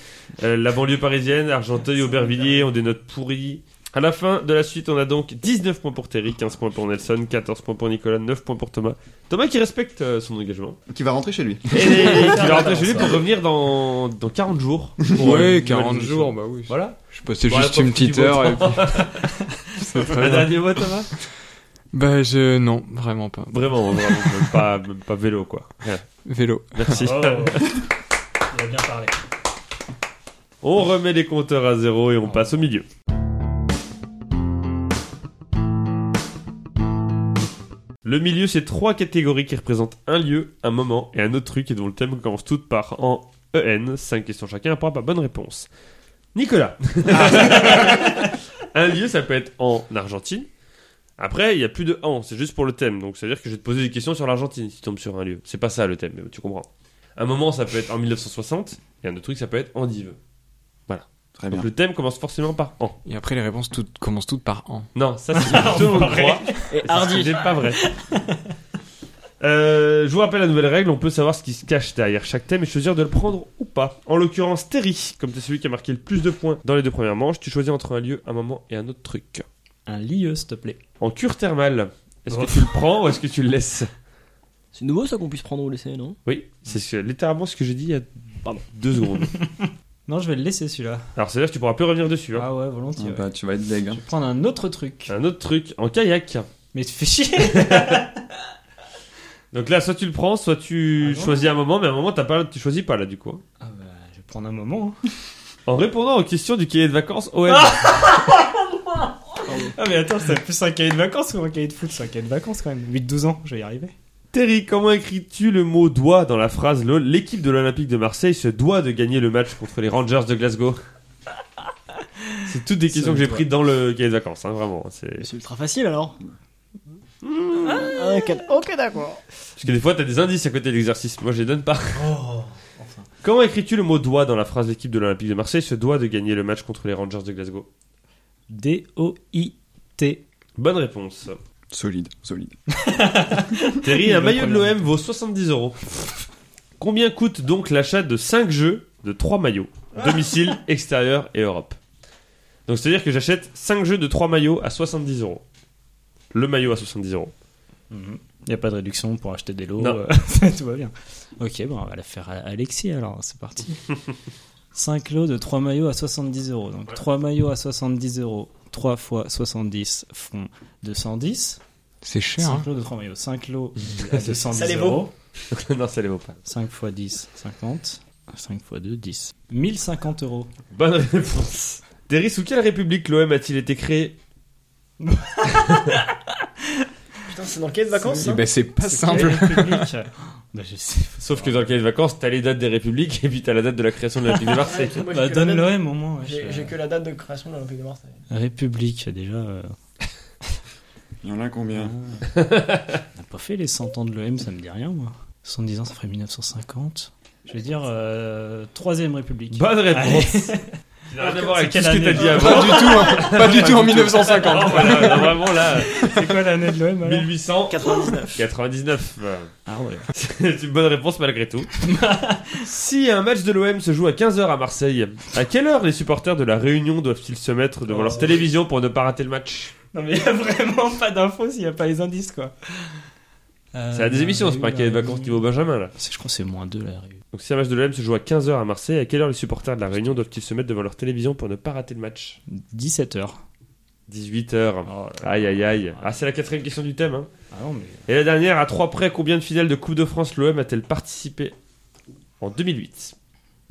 Euh, la banlieue parisienne, Argenteuil, Aubervilliers ont des notes pourries. À la fin de la suite, on a donc 19 points pour Terry, 15 points pour Nelson, 14 points pour Nicolas, 9 points pour Thomas. Thomas qui respecte euh, son engagement. Qui va rentrer chez lui. Et qui va rentrer chez lui pour revenir dans, dans 40 jours. pour, euh, une Ouais, nouvelle 40 émission. jours, bah oui. Voilà. Je passais Bon, juste alors, une profite petite du beau heure et temps. puis. C'est très Un bien. dernier mot, Thomas Bah, je. Non, vraiment pas. Vraiment, vraiment. même pas, même pas vélo, quoi. Rien. Vélo. Merci. Oh. Il a bien parlé. On remet les compteurs à zéro et on passe au milieu. Le milieu, c'est trois catégories qui représentent un lieu, un moment et un autre truc et dont le thème commence toutes par en EN. Cinq questions chacun, un point par bonne réponse. Nicolas Un lieu, ça peut être en Argentine. Après, il n'y a plus de en, c'est juste pour le thème. Donc, c'est-à-dire que je vais te poser des questions sur l'Argentine si tu tombes sur un lieu. C'est pas ça le thème, mais tu comprends. Un moment, ça peut être en 1960 et un autre truc, ça peut être en dive. Très Donc le thème commence forcément par an. Et après, les réponses toutes, commencent toutes par an. Non, ça c'est ce que tout le monde croit. Et Et Hardy, C'est pas vrai. Euh, je vous rappelle la nouvelle règle, on peut savoir ce qui se cache derrière chaque thème et choisir de le prendre ou pas. En l'occurrence, Terry, comme t'es celui qui a marqué le plus de points dans les deux premières manches, tu choisis entre un lieu, un moment et un autre truc. Un lieu, s'il te plaît. En cure thermale, est-ce que tu le prends ou est-ce que tu le laisses c'est nouveau ça qu'on puisse prendre ou laisser, non Oui, c'est ce- littéralement ce que j'ai dit il y a pardon, deux secondes. Non, je vais le laisser celui-là. Alors c'est là que tu pourras plus revenir dessus. hein. Ah ouais, volontiers. Ah ouais. bah, tu vas être deg. hein. Je vais prendre un autre truc. Un autre truc, en kayak. Mais tu fais chier. Donc là, soit tu le prends, soit tu Ah bon choisis un moment, mais à un moment, t'as pas, tu choisis pas là du coup. hein. Ah bah, je vais prendre un moment. hein. En répondant aux questions du cahier de vacances OM. Ah mais attends, c'est plus un cahier de vacances ou un cahier de foot C'est un cahier de vacances quand même. 8-12 ans, je vais y arriver. Terry, comment écris-tu le mot doigt dans la phrase LOL L'équipe de l'Olympique de Marseille se doit de gagner le match contre les Rangers de Glasgow. C'est toutes des questions que j'ai prises dans le cahier de vacances, hein, vraiment. C'est... Mais C'est ultra facile alors. Ah, ok, ok, d'accord. Parce que des fois, t'as des indices à côté de l'exercice. Moi, je les donne pas. Comment écris-tu le mot doigt dans la phrase L'équipe de l'Olympique de Marseille se doit de gagner le match contre les Rangers de Glasgow D-O-I-T. Bonne réponse. Solide, solide. Terry, Le un maillot de premier. l'OM vaut 70 euros. Combien coûte donc l'achat de 5 jeux de 3 maillots Domicile, extérieur et Europe. Donc c'est-à-dire que j'achète 5 jeux de 3 maillots à 70 euros. Le maillot à 70 euros. Il n'y a pas de réduction pour acheter des lots. Non. euh, Tout va bien. Ok, bon, on va la faire à Alexis alors, c'est parti. 5 lots de 3 maillots à 70 euros. Donc 3 maillots à 70 euros, 3 fois 70 font 210. C'est cher, 5 hein. lots de 3 maillots. 5 lots à 210 Ça les vaut. euros. non, ça les vaut pas. 5 fois 10, 50. 5 fois 2, 10. 1050 euros. Bonne réponse. Terry, sous quelle république l'OM a-t-il été créé Putain, c'est dans quelle vacances hein Eh ben, c'est pas simple. Quelle République Bah, je sais. Sauf que dans le cahier de vacances, t'as les dates des républiques et puis t'as la date de la création de l'Olympique de Ah, Marseille. Bah, donne l'OM au moins. ouais, je- que la date de création de l'Olympique de Marseille. République, déjà. euh, Il y en a combien ah. On n'a pas fait les 100 ans de l'OM, ça me dit rien, moi. 70 ans, ça ferait 1950. Je vais dire euh, Troisième République. Bonne réponse. Qui n'a rien à voir avec tout C'est ce que quelle t'as année dit avant. Pas du tout, hein. Pas du tout en 1950. Ah, voilà, vraiment là, C'est quoi l'année de l'OM 1800. 99. 99. voilà. Ah ouais. C'est une bonne réponse malgré tout. si un match de l'OM se joue à 15h à Marseille, à quelle heure les supporters de la Réunion doivent-ils se mettre devant leur télévision pour ne pas rater le match Non mais il n'y a vraiment pas d'infos s'il n'y a pas les indices quoi. C'est à des Ah, émissions, c'est pas un cahier de vacances niveau Benjamin là. Je crois que c'est moins 2 la rue. Donc si un match de l'OM se joue à 15h à Marseille, à quelle heure les supporters de la Réunion doivent-ils se mettre devant leur télévision pour ne pas rater le match 17h. 18h. Aïe aïe aïe. Ah c'est la quatrième question du thème. Hein. Ah non mais. Et la dernière, à 3 près, combien de finales de Coupe de France l'OM a-t-elle participé en 2008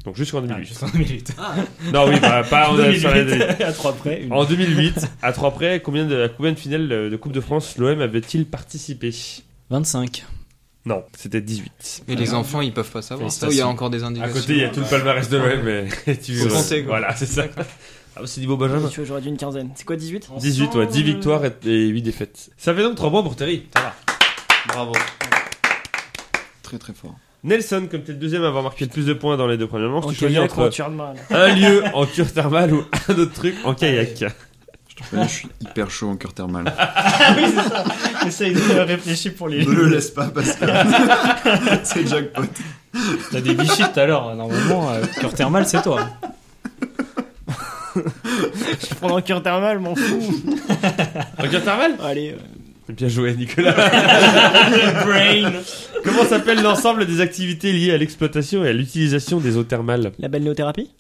Donc jusqu'en 2008. ah, juste en 2008. Non oui, bah, pas en 2008. à 3 près. Une... En 2008, à trois près, combien de, à combien de finales euh, de Coupe de France l'OM avait-il participé 25. Non, c'était 18. Et les enfants, ils peuvent pas savoir. Ça, il y a encore des À indications. côté, il y a tout le palmarès de l'OM, mais tu Faut compter, quoi. Voilà, c'est ça. Ah, bah, c'est niveau Benjamin. Tu vois, j'aurais dû une quinzaine. C'est quoi 18 18, ouais, 10 victoires et, 8 défaites. Ça fait donc 3 points pour Terry. Bravo. Très très fort. Nelson, comme t'es le deuxième à avoir marqué le plus de points dans les deux premières manches, tu Ok, choisis bien qu'on entre tire de main, là. un lieu en cure thermale ou un autre truc en kayak. Ouais, je suis hyper chaud en cœur thermal. Ah Essaye de réfléchir pour les. ne le laisse pas, Pascal. c'est jackpot. T'as des bichis tout à l'heure, normalement, euh, cœur thermal, c'est toi. Je prends un cœur thermal, m'en fous. En cure thermale Allez, euh, Bien joué, Nicolas. brain. Comment s'appelle l'ensemble des activités liées à l'exploitation et à l'utilisation des eaux thermales La balnéothérapie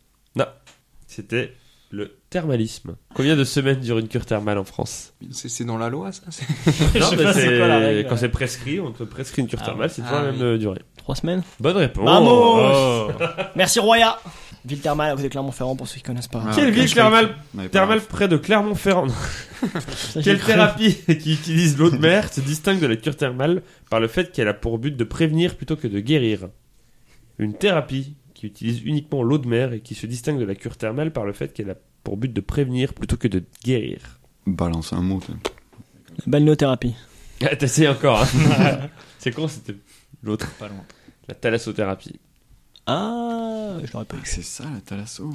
C'était le thermalisme. Combien de semaines dure une cure thermale en France C'est c'est dans la loi, ça c'est- Non, sais mais pas, c'est c'est- quoi la règle, Quand c'est prescrit, on te prescrit une cure Ah thermale, oui. c'est toujours Ah la oui. même euh, durée. Trois semaines Bonne réponse. Oh. Vamos Ah. Merci Roya Ville thermale à côté de Clermont-Ferrand pour ceux qui connaissent pas. Ah, Quelle ok, ville je thermale, On avait pas thermale près de Clermont-Ferrand Ça, j'ai Quelle cru. thérapie qui utilise l'eau de mer se distingue de la cure thermale par le fait qu'elle a pour but de prévenir plutôt que de guérir Une thérapie qui utilise uniquement l'eau de mer et qui se distingue de la cure thermale par le fait qu'elle a pour but de prévenir plutôt que de guérir. Balance un mot. toi. Balnéothérapie. Ah, t'essayes encore. hein. C'est con, c'était l'autre. Pas loin. La thalassothérapie. Ah, je l'aurais pas eu. C'est ça la thalasso.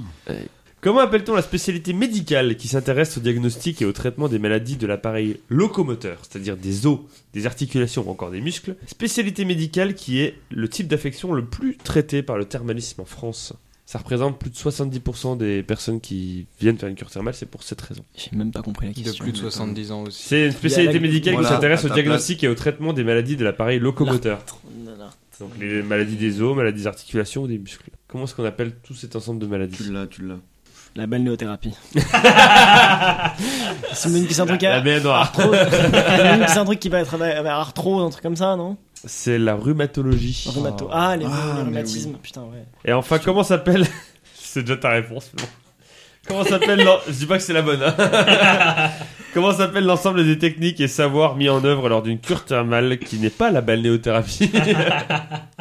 Comment appelle-t-on la spécialité médicale qui s'intéresse au diagnostic et au traitement des maladies de l'appareil locomoteur, c'est-à-dire des os, des articulations ou encore des muscles Spécialité médicale qui est le type d'affection le plus traité par le thermalisme en France. Ça représente plus de 70% des personnes qui viennent faire une cure thermale, c'est pour cette raison. J'ai même pas compris la de question. plus de 70 ans aussi. C'est une spécialité Il y a la- médicale Voilà, qui s'intéresse à au ta diagnostic et au traitement des maladies de l'appareil locomoteur. Non, non. Donc les maladies des os, maladies des articulations ou des muscles. Comment est-ce qu'on appelle tout cet ensemble de maladies Tu l'as, tu l'as. La balnéothérapie. c'est une- c'est un truc La à... mer noire. arthrose. c'est un truc qui va être avec, avec arthrose, un truc comme ça, non C'est la rhumatologie. Rhumato. Ah, les, Ah, les mais rhumatismes, putain, ouais. Et enfin, comment s'appelle C'est déjà ta réponse. mais bon. Comment s'appelle l'en- Je dis pas que c'est la bonne. hein. comment s'appelle l'ensemble des techniques et savoirs mis en œuvre lors d'une cure thermale qui n'est pas la balnéothérapie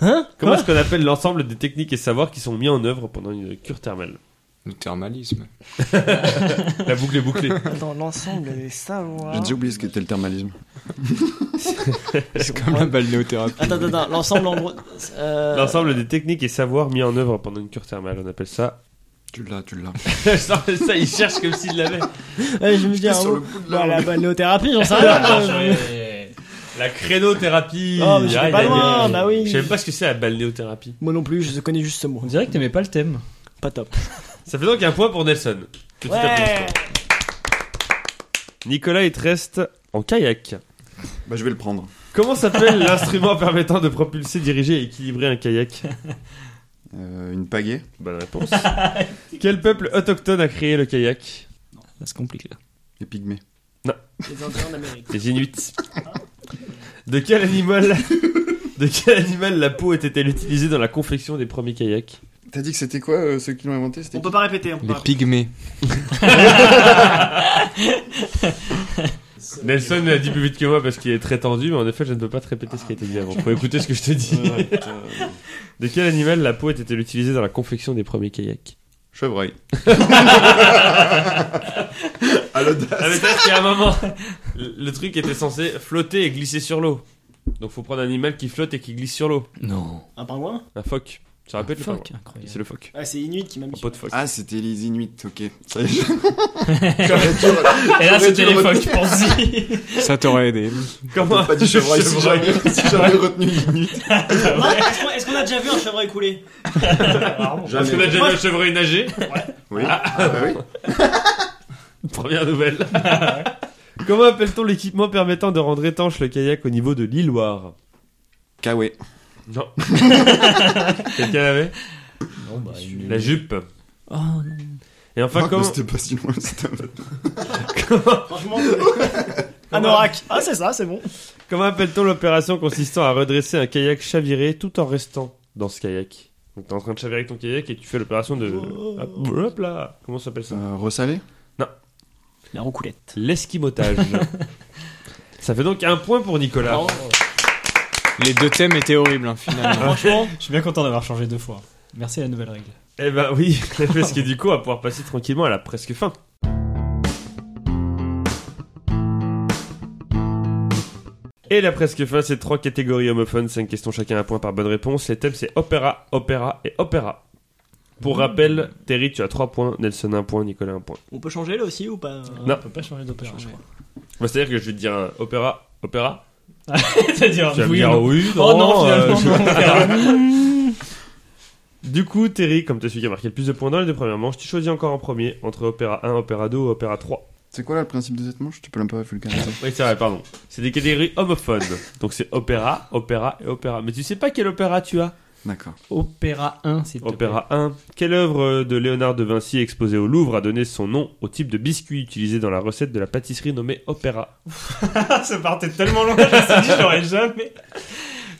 Hein Comment est-ce qu'on appelle l'ensemble des techniques et savoirs qui sont mis en œuvre pendant une cure thermale Le thermalisme. La boucle est bouclée. Dans l'ensemble des savoirs. Ah. J'ai déjà oublié ce qu'était le thermalisme. C'est comme la balnéothérapie. Attends, attends, attends, l'ensemble en gros. euh, L'ensemble des techniques et savoirs mis en œuvre pendant une cure thermale, on appelle ça. Tu l'as, tu l'as. ça, il cherche comme s'il l'avait. ouais, je me dis, J'étais un sur le mot. bout de la Bah, la langue. balnéothérapie, j'en sais rien. La crénothérapie. Oh, mais je suis Aïe, pas aïe, loin, aïe. bah oui. Je sais même pas ce que c'est la balnéothérapie. Moi non plus, je connais juste ce mot. On dirait que t'aimais pas le thème. Pas top. Ça fait donc un point pour Nelson. Petit applaudissement. Nicolas, il te reste en kayak. Bah, je vais le prendre. Comment s'appelle l'instrument permettant de propulser, diriger et équilibrer un kayak Euh, une pagaie. Bonne réponse. Quel peuple autochtone a créé le kayak Ça se complique là. Les pygmées. Les Indiens d'Amérique. Les Inuits. De quel animal De quel animal la peau était-elle utilisée dans la confection des premiers kayaks T'as dit que c'était quoi euh, ceux qui l'ont inventé C'était On peut pas répéter, on peut Les pas répéter. pygmées. Nelson l'a dit plus vite que moi parce qu'il est très tendu, mais en effet, je ne peux pas te répéter ce qui a été dit avant. Faut écouter ce que je te dis. Euh, euh, De quel animal la peau était-elle utilisée dans la confection des premiers kayaks Chevreuil. à l'audace. Ah mais peut-être qu'à un moment, le le truc était censé flotter et glisser sur l'eau. Donc faut prendre un animal qui flotte et qui glisse sur l'eau. Non. Un pingouin Un phoque. Ça rappelle le pingouin. Fuck, incroyable. C'est le phoque. Ah, c'est Inuit qui m'a Un mis. pot de phoque. Ah, c'était les Inuits, ok. Ça y est, Et là, c'était les phoques, pense-y. Ça t'aurait aidé. Comment pas du chevreuil si Chevreuil. j'avais si j'avais retenu Inuit. Ah, Est-ce qu'on- est-ce qu'on a déjà vu un chevreuil couler Est-ce qu'on a déjà vu un chevreuil nager Oui. Ah, bah oui. Première nouvelle. Comment appelle-t-on l'équipement permettant de rendre étanche le kayak au niveau de l'îloire Kawe. Non. Quelqu'un l'avait Non, bah, il- La jupe. Oh non. Et enfin, Ah, mais comment, C'était pas si loin, c'était un bateau. Franchement. euh, un oracle. Ah, c'est ça, c'est bon. comment appelle-t-on l'opération consistant à redresser un kayak chaviré tout en restant dans ce kayak Donc t'es en train de chavirer ton kayak et tu fais l'opération de... Oh. Hop, hop là Comment ça s'appelle ça Euh, Ressalé La roucoulette. l'esquimotage. Ça fait donc un point pour Nicolas. Les deux thèmes étaient horribles, hein, finalement. Franchement, je suis bien content d'avoir changé deux fois. Merci à la nouvelle règle. Eh ben oui, parce que du coup, on va pouvoir passer tranquillement à la presque fin. Et la presque fin, c'est trois catégories homophones, cinq questions chacun, un point par bonne réponse. Les thèmes, c'est opéra, opéra et opéra. Pour rappel, Terry, tu as 3 points, Nelson 1 point, Nicolas 1 point. On peut changer là aussi ou pas Non. On peut pas changer d'opéra, je crois. Bah, C'est-à-dire que je vais te dire un opéra, opéra. C'est-à-dire, Tu vas me oui, dire non. oui, Oh non, euh, finalement, non, opéra. Du coup, Terry, comme t'es celui qui a marqué le plus de points dans les deux premières manches, tu choisis encore en premier entre Opéra 1, Opéra 2 ou Opéra 3. C'est quoi là le principe de cette manche Tu peux même pas vulgariser. Oui, c'est vrai, pardon. C'est des catégories homophones. Donc c'est Opéra, Opéra et Opéra. Mais tu sais pas quel opéra tu as D'accord. Opéra 1, s'il te plaît. Opéra 1. Quelle œuvre de Léonard de Vinci exposée au Louvre a donné son nom au type de biscuit utilisé dans la recette de la pâtisserie nommée Opéra Ça partait tellement loin, je me suis dit, je l'aurais jamais.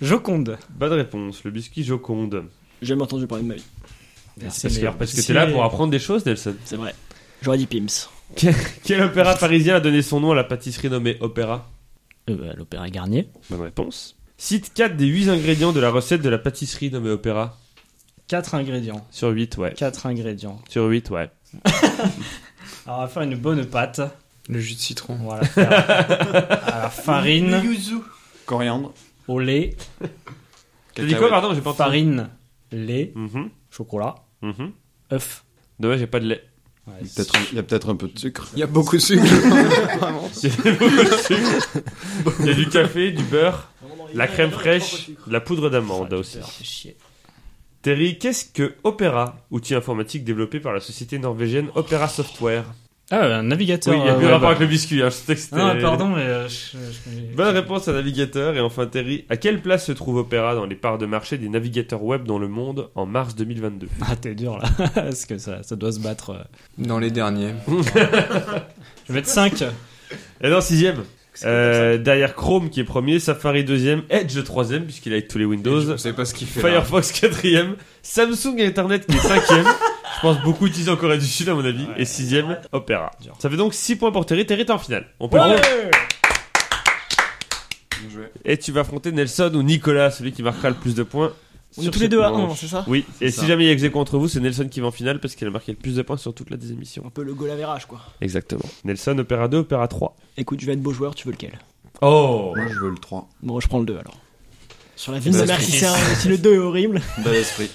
Joconde. Bonne réponse, le biscuit Joconde. J'ai jamais entendu parler de ma vie, Merci, Parce que, meilleur. parce que Si, t'es là mais- pour apprendre des choses, Nelson. c'est vrai. J'aurais dit Pims. Quel opéra parisien a donné son nom à la pâtisserie nommée Opéra Euh, bah, L'Opéra Garnier. Bonne réponse. Cite 4 des 8 ingrédients de la recette de la pâtisserie nommée Opéra. 4 ingrédients. Sur 8, ouais. 4 ingrédients. Sur 8, ouais. Alors, on va faire une bonne pâte. Le jus de citron. On va la faire à la farine, Yuzu. Coriandre. au lait, T'as dit quoi, pardon J'ai pas entendu. farine, lait, Mhm, chocolat, mhm. œuf. Dommage, j'ai pas de lait. Ouais, Il y a peut-être un- il y a peut-être un peu de sucre. Il y a beaucoup de sucre. Vraiment. Il y a du café, du beurre, la crème fraîche, de la poudre d'amande aussi. c'est chier. Terry, qu'est-ce que Opéra, outil informatique développé par la société norvégienne Opera Software Ah, un navigateur. Oui, il y a euh, plus ouais, rapport bah. avec le biscuit, hein, je sais que c'était... Non, pardon, mais euh, je- je- Bonne réponse à navigateur et enfin Terry, à quelle place se trouve Opera dans les parts de marché des navigateurs web dans le monde en mars 2022 Ah, t'es dur là. Parce que ça, ça doit se battre. euh. Dans les derniers. Je vais mettre 5. Elle est en sixième. Euh, derrière Chrome qui est premier, Safari deuxième, Edge troisième puisqu'il a tous les Windows, Je sais pas ce qu'il fait. là. Firefox quatrième, Samsung Internet qui est cinquième. Je pense beaucoup utilisé en Corée du Sud à mon avis. Et sixième, Opera. Dur. Ça fait donc 6 points pour Terry. Terry t'es en finale. On peut rendre- Et tu vas affronter Nelson ou Nicolas, celui qui marquera le plus de points. On est sur tous les cette deux à manche. 1, c'est ça Oui, et ça. si jamais il y a ex aequo entre vous, c'est Nelson qui va en finale parce qu'il a marqué le plus de points sur toutes les émissions. Un peu le goal average quoi. Exactement. Nelson, Opéra 2, Opéra 3. Écoute, je vais être beau joueur, tu veux lequel Oh Moi je veux le 3. Bon, je prends le 2 alors. Sur la vie Eh de ben, ma mère, si, c'est un- si le 2 est horrible. Bel esprit.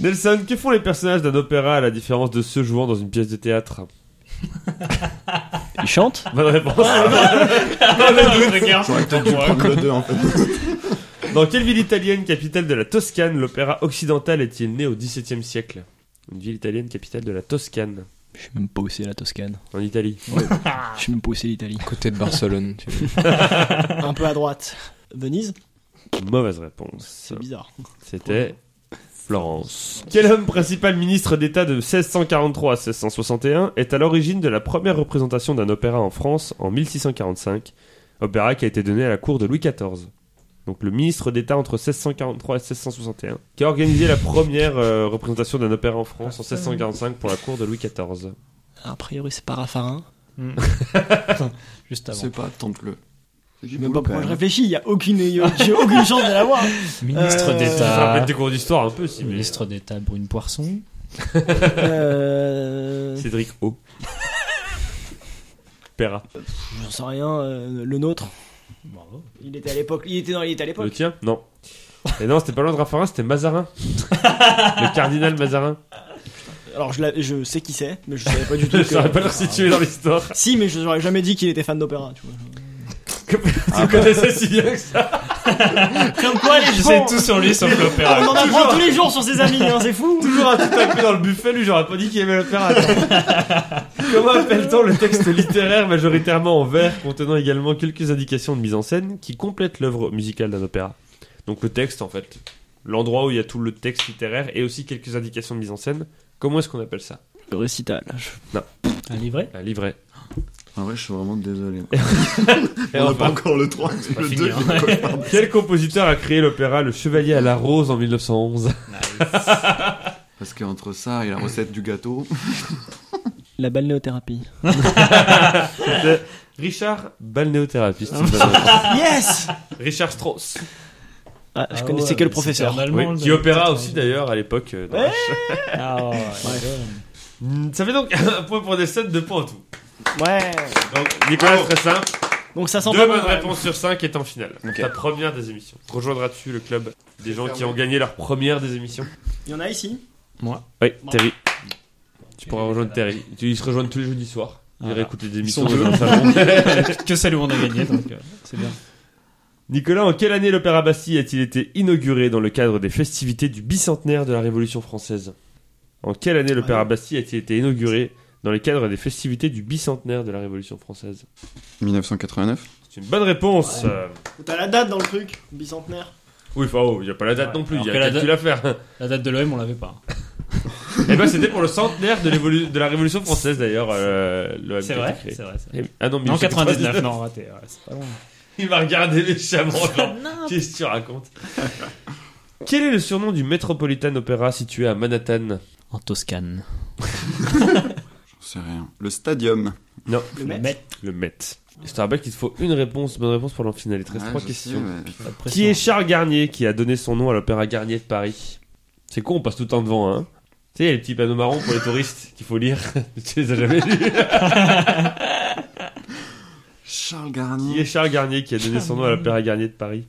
Nelson, que font les personnages d'un opéra à la différence de ceux jouant dans une pièce de théâtre Il chante Bonne réponse. Ah, J'aurais peut-être dû prendre le 2 en fait. dans quelle ville italienne, capitale de la Toscane, l'opéra occidental est-il né au XVIIe siècle Une ville italienne, capitale de la Toscane, Je suis même pas aussi à la Toscane. en Italie. Je suis même pas aussi à l'Italie. Côté de Barcelone. tu vois. Un peu à droite. Venise Mauvaise réponse. C'est bizarre. C'était Florence. Quel homme principal ministre d'État de 1643 à 1661 est à l'origine de la première représentation d'un opéra en France en 1645, opéra qui a été donné à la cour de Louis XIV. Donc le ministre d'État entre 1643 et 1661, qui a organisé la première euh, représentation d'un opéra en France en 1645 pour la cour de Louis XIV. A priori, c'est pas Raffarin. Juste avant. C'est pas, tente-le. Même pas pourquoi je réfléchis, il y a aucune, y a- j'ai aucune chance de l'avoir. Ministre Euh, Ça se rappelle d'État. des cours d'histoire un peu, si mais- Ministre d'État Brune Poisson. Euh, Cédric O. Opéra. J'en sais rien, euh, le nôtre. Bravo. Il était à l'époque. Il était, non, il était à Le l'époque. tien Non. Et non, c'était pas loin de Raffarin, c'était Mazarin. le cardinal Mazarin. Alors je, la- je sais qui c'est, mais je savais pas du tout. Je que- saurais pas le situer dans l'histoire. Si, mais je n'aurais jamais dit qu'il était fan d'opéra, tu vois. Tu connaissais si bien que ça. Comme quoi, les Je gens. sais tout sur lui sauf l'opéra. On en apprend tous les jours sur ses amis, hein, c'est fou. Toujours à tout taper Ah, dans le buffet, lui, j'aurais pas dit qu'il aimait l'opéra. Comment appelle-t-on le texte littéraire majoritairement en vers contenant également quelques indications de mise en scène qui complètent l'œuvre musicale d'un opéra Donc le texte, en fait. L'endroit où il y a tout le texte littéraire et aussi quelques indications de mise en scène. Comment est-ce qu'on appelle ça Le récital. Un livret Un livret. En vrai, je suis vraiment désolé. Et On n'a enfin, pas encore le 3, pas le fini, 2. hein. il est quoi, je parle quel compositeur a créé l'opéra Le Chevalier à la Rose en 1911 Parce qu'entre ça et la recette du gâteau, La balnéothérapie. C'était Richard, balnéothérapeute. Yes Richard Strauss. ah, Je connaissais quel professeur Oui, qui opéra aussi d'ailleurs à l'époque. euh, dans la ch- Ah, ouais. Mm, Ça fait donc un point pour des sets, deux points en tout. Ouais. Donc Nicolas, très simple. Donc ça sent Deux pas bonnes bon. réponses sur cinq est en finale. Ok. Ta première des émissions. Rejoindras-tu le club des gens qui fermé. ont gagné leur première des émissions Il y en a ici. Oui, Bravo. Terry. Tu pourras rejoindre Terry. Tu- Ils se rejoignent tous les jeudis soirs. Ils hein, Ah. réécoutent les émissions sont dans deux. un salon. que ça lui on a gagné, donc euh, c'est bien. Nicolas, en quelle année l'Opéra Bastille a-t-il été inauguré dans le cadre des festivités du bicentenaire de la Révolution française En quelle année l'Opéra Bastille a-t-il été inauguré dans le cadre des festivités du bicentenaire de la Révolution française 1989 C'est une bonne réponse euh, T'as la date dans le truc, bicentenaire. Oui, enfin, oh, il n'y a pas la date non plus, il y a alors un que calcul à faire. La date de l'OM, on l'avait pas. hein. Eh ben, c'était pour le centenaire de, l'évolu- de la Révolution française d'ailleurs, euh, l'OMT C'est a été vrai, créé. c'est vrai. c'est vrai. Eh, Ah non, Non, 1999. 99, non, raté, ouais, c'est pas loin. Il m'a regardé méchamment, genre, qu'est-ce que tu racontes Quel est le surnom du Metropolitan Opera situé à Manhattan En Toscane. J'en sais rien. Le stadium. Le mec. Le Met. Je te rappelle qu'il te faut une réponse, bonne réponse pour l'en finale. Il te reste Ouais, trois je questions. sais, mais- Pas de pression. Qui est Charles Garnier qui a donné son nom à l'Opéra Garnier de Paris C'est con, on passe tout le temps devant, hein Tu sais, il y a les petits panneaux marrons pour les touristes qu'il faut lire. tu les as jamais lus. Charles Qui est Garnier. Charles Garnier qui a donné son nom à l'Opéra Garnier de Paris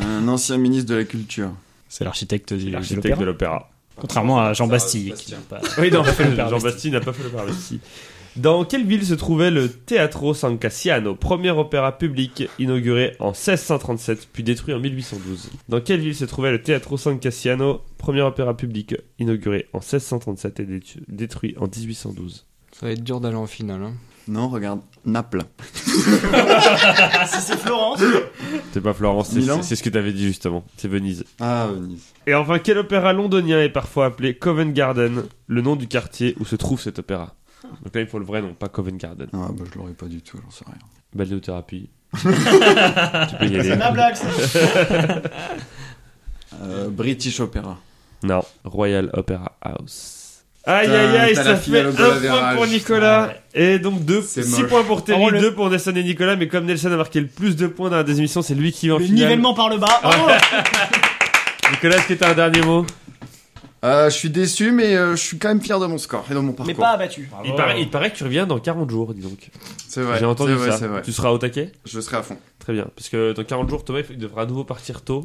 Un ancien ministre de la culture. C'est l'architecte du. L'architecte de l'Opéra. Contrairement à Jean Ça, Bastille. Bastille. qui n'a pas- Oui, non, l'Opéra Jean-Baptiste n'a pas fait l'Opéra Bastille. Dans quelle ville se trouvait le Teatro San Cassiano, premier opéra public inauguré en 1637 puis détruit en 1812 Dans quelle ville se trouvait le Teatro San Cassiano, premier opéra public inauguré en 1637 et détu- détruit en 1812 Ça va être dur d'aller en finale. hein. Non, regarde. Naples. Ah, si c'est Florence. C'est pas Florence, c'est- Milan c'est- ce que t'avais dit justement, c'est Venise. Ah, Venise. Et enfin, quel opéra londonien est parfois appelé Covent Garden, le nom du quartier où se trouve cet opéra Donc là, il faut le vrai nom, pas Covent Garden. Ah, bah je l'aurais pas du tout, j'en sais rien. Balnéothérapie. tu peux y aller. C'est ma blague, ça. Euh, British Opera. Non, Royal Opera House. Aïe aïe aïe, t'as ça la fait finale un au goal point average. pour Nicolas et donc deux, C'est 6 moche. points pour Oh, Terry, le- 2 pour Nelson et Nicolas. Mais comme Nelson a marqué le plus de points dans la des émissions, c'est lui qui va en Le finale. nivellement par le bas. Oh, Bravo. Nicolas, est-ce que t'as un dernier mot Euh, je suis déçu, mais euh, je suis quand même fier de mon score et de mon Mais parcours. pas abattu. il paraît, il paraît que tu reviens dans 40 jours, dis donc. C'est vrai. J'ai entendu c'est vrai, ça. C'est vrai. Tu seras au taquet Je serai à fond. Très bien, parce que dans 40 jours, Thomas il devra à nouveau partir tôt.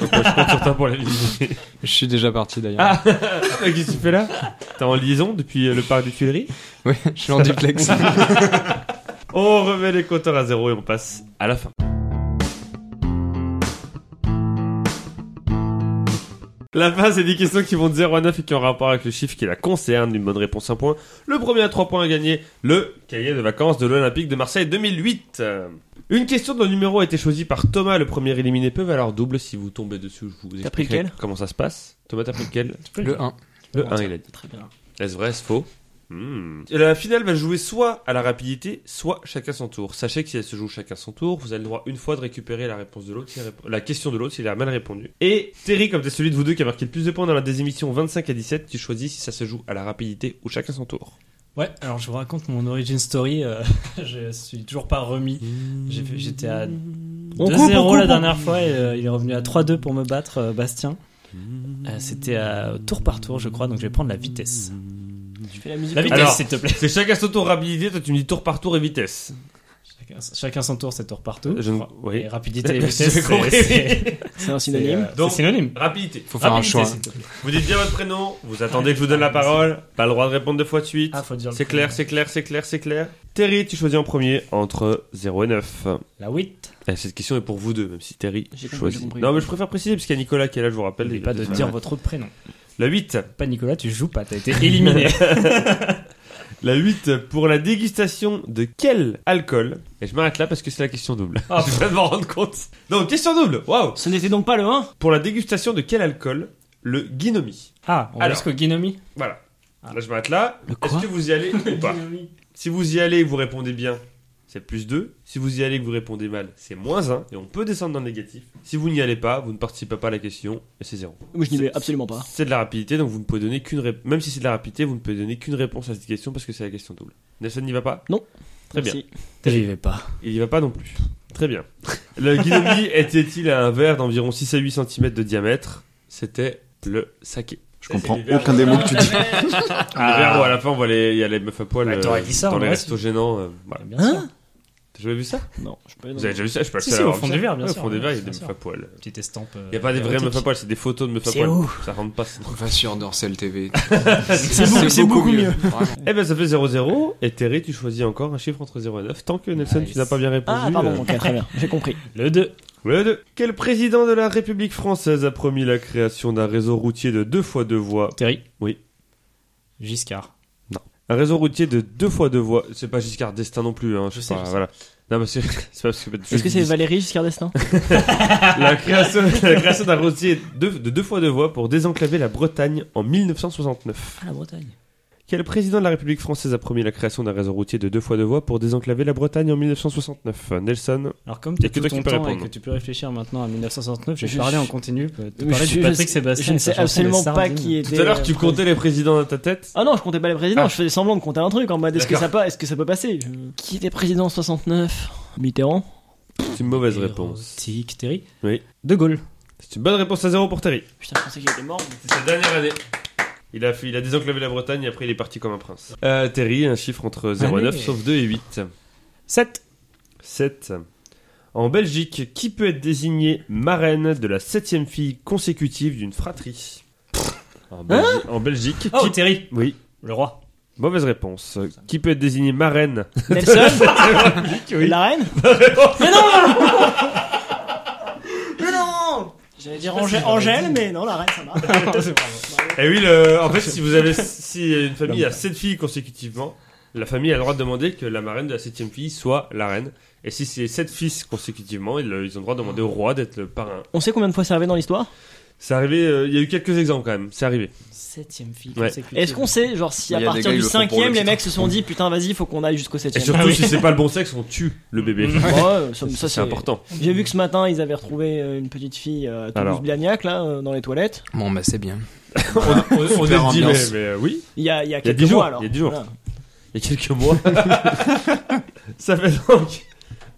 Donc moi, je compte sur toi pour la visiter. Je suis déjà parti d'ailleurs. Ah. Qu'est-ce que tu fais là T'es en liaison depuis euh, le parc des Tuileries Oui, je suis en duplex. On remet les compteurs à zéro et on passe à la fin. La fin, c'est des questions qui vont de 0 à 9 et qui ont rapport avec le chiffre qui la concerne. Une bonne réponse, un point. Le premier à 3 points à gagner, le cahier de vacances de l'Olympique de Marseille 2008. Euh, Une question dont le numéro a été choisi par Thomas, le premier éliminé, peut valoir double si vous tombez dessus. Je vous T'as pris expliquerai lequel Comment ça se passe Thomas, t'as pris lequel Le 1. Le 1, il a dit. Très bien. Est-ce vrai, est-ce faux Hmm. La finale va se jouer soit à la rapidité, soit chacun son tour. Sachez que si elle se joue chacun son tour, vous avez le droit une fois de récupérer la réponse de l'autre, si elle rép- la question de l'autre s'il a mal répondu. Et Terry, comme t'es celui de vous deux qui a marqué le plus de points dans la des émissions 25 à 17, tu choisis si ça se joue à la rapidité ou chacun son tour. Ouais, alors je vous raconte mon origin story. euh, je suis toujours pas remis. J'ai fait- J'étais à 2-0 la dernière fois et euh, il est revenu à 3-2 pour me battre, euh, Bastien. Euh, C'était à tour par tour, je crois, donc je vais prendre la vitesse. Tu fais la musique. La comme- vitesse, Alors- s'il te plaît. C'est chacun son tour rapidité, toi tu me dis tour par tour et vitesse. Chacun, chacun son tour, c'est tour par tour. Je ne- Enfin, oui. Hein Et rapidité et J'ai vitesse, c'est- compris. c'est C'est un c'est, synonyme. euh, Donc- c'est synonyme. Rapidité. Faut faire un Rapidité, choix. s'il te plaît. Vous dites bien votre prénom, vous attendez que je vous donne la parole, pas le droit de répondre deux fois de suite. Ah, faut dire le C'est premier. clair, c'est clair, c'est clair, c'est clair. Terry, tu choisis en premier entre 0 et 9. La 8. Eh, Cette question est pour vous deux, même si Terry J'ai compris, choisit. j'ai compris. Non, mais je préfère préciser, parce qu'il y a Nicolas qui est là, je vous rappelle. N'oubliez il a pas de déjà- dire votre autre prénom. La 8. Pas Nicolas, tu joues pas, t'as été éliminé. La 8 pour la dégustation de quel alcool Et je m'arrête là parce que c'est la question double. Ah, je vais m'en rendre compte. Donc, question double, waouh Ce n'était donc pas le 1. Pour la dégustation de quel alcool Le Guinomi. Ah, on va Alors. jusqu'au Guinomi Voilà. Ah. Là, je m'arrête là. Le quoi Est-ce que vous y allez ou pas Si vous y allez et que vous répondez bien, c'est plus 2. Si vous y allez et que vous répondez mal, c'est moins 1. Et on peut descendre dans le négatif. Si vous n'y allez pas, vous ne participez pas à la question et c'est 0. Moi, je n'y vais absolument pas. C'est de la rapidité, donc vous ne pouvez donner qu'une réponse. Même si c'est de la rapidité, vous ne pouvez donner qu'une réponse à cette question parce que c'est la question double. Nelson n'y va pas Très bien. Merci. J'y vais pas. Il n'y va pas non plus. Très bien. Le guinomi était-il à un verre d'environ 6 à 8 cm de diamètre C'était le saké. Je comprends aucun des mots que tu dis. Les verres où à la fin, on voit les- il y a les meufs à poil Ouais, euh, Ah. Bah, t'aurais dit ça, dans moi les aussi. Hein restos gênants. euh, voilà. Eh Bien sûr. T'as jamais vu ça Non, je peux Vous avez déjà vu ça Je sais pas Si, le si, seul à au avoir fond vu du ça. verre, bien Ouais, sûr, Au fond du ouais, verre, il y a bien des meufs sûr. à poil. Petite estampe. euh, Il y a pas des vrais meufs à poil, c'est des photos de meufs à C'est poil. où Ça rentre pas. ça. Va sur Dorsel TV. C'est beaucoup- c'est beaucoup mieux. Vraiment. Eh ben ça fait 0-0 et Terry tu choisis encore un chiffre entre 0 et 9 tant que Nelson Nice. tu n'as pas bien répondu. Ah, pardon, euh, ok, très bien, j'ai compris. Le 2. Le deux. Quel président de la République française a promis la création d'un réseau routier de 2 fois 2 voies Terry. Oui. Giscard. Un réseau routier de 2 fois 2 voies, c'est pas Giscard d'Estaing non plus hein, je sais sais, pas, je sais. voilà. Non mais c'est c'est pas parce que Est-ce que c'est Valérie Giscard d'Estaing la création, la création d'un routier de, de 2 fois 2 voies pour désenclaver la Bretagne en 1969. Ah, la Bretagne. Quel président de la République française a promis la création d'un réseau routier de 2 fois 2 voies pour désenclaver la Bretagne en 1969 Nelson Alors, comme Y tu a que tout toi ton qui peux temps répondre. et que tu peux réfléchir maintenant à 1969, j'ai Je- parlé en continu. Tu Mais parlais je- de je Patrick sais- Sébastien. Je ne sais absolument pas qui était. Tout à l'heure, tu euh, comptais les présidents dans ta tête Ah non, je comptais pas les présidents, Ah. je faisais semblant de compter un truc en mode est-ce que, D'accord. ça pa- est-ce que ça peut passer Je- Qui était président en 69 Mitterrand C'est une mauvaise réponse. Tic, Terry. Oui. De Gaulle. C'est une bonne réponse à zéro pour Terry. Putain, je pensais qu'il était mort. C'est sa dernière année. Il a, fait- il a désenclavé la Bretagne et après il est parti comme un prince. Euh, Terry, un chiffre entre 0 et Allez. 9, sauf 2 et 8. 7. 7. En Belgique, qui peut être désigné marraine de la septième fille consécutive d'une fratrie en, Belgi- en Belgique, Oh, qui... Terry. Oui, Le roi. mauvaise réponse. Qui peut être désigné marraine mais- Nelson La reine Mais non Mais non J'allais dire Angèle, Angèle, mais non, la reine, ça marche. Eh oui, le- en fait, si vous avez si une famille a 7 filles consécutivement, la famille a le droit de demander que la marraine de la septième fille soit la reine. Et si c'est 7 fils consécutivement, ils, ils ont le droit de demander au roi d'être le parrain. On sait combien de fois c'est arrivé dans l'histoire C'est arrivé, euh, il y a eu quelques exemples quand même, c'est arrivé. Septième fille. Ouais. consécutive. Est-ce qu'on sait, genre, si à Il y a des partir gars, ils du le font pour le cinquième, les titre. mecs se sont dit putain, vas-y, faut qu'on aille jusqu'au Et septième Ah surtout, si c'est pas le bon sexe, on tue le bébé. Ouais, ça, ça, c'est important. J'ai vu que ce matin, ils avaient retrouvé euh, une petite fille euh, à Alors. Toulouse-Blagnac, là, euh, dans les toilettes. Bon, bah c'est bien. on on- on Super est dit, mais, ambiance. mais, euh, oui, Il y a, il il y y a a quelques 10 jours. mois, alors. Il y a 10 jours. Voilà. Il y a quelques mois. Ça fait donc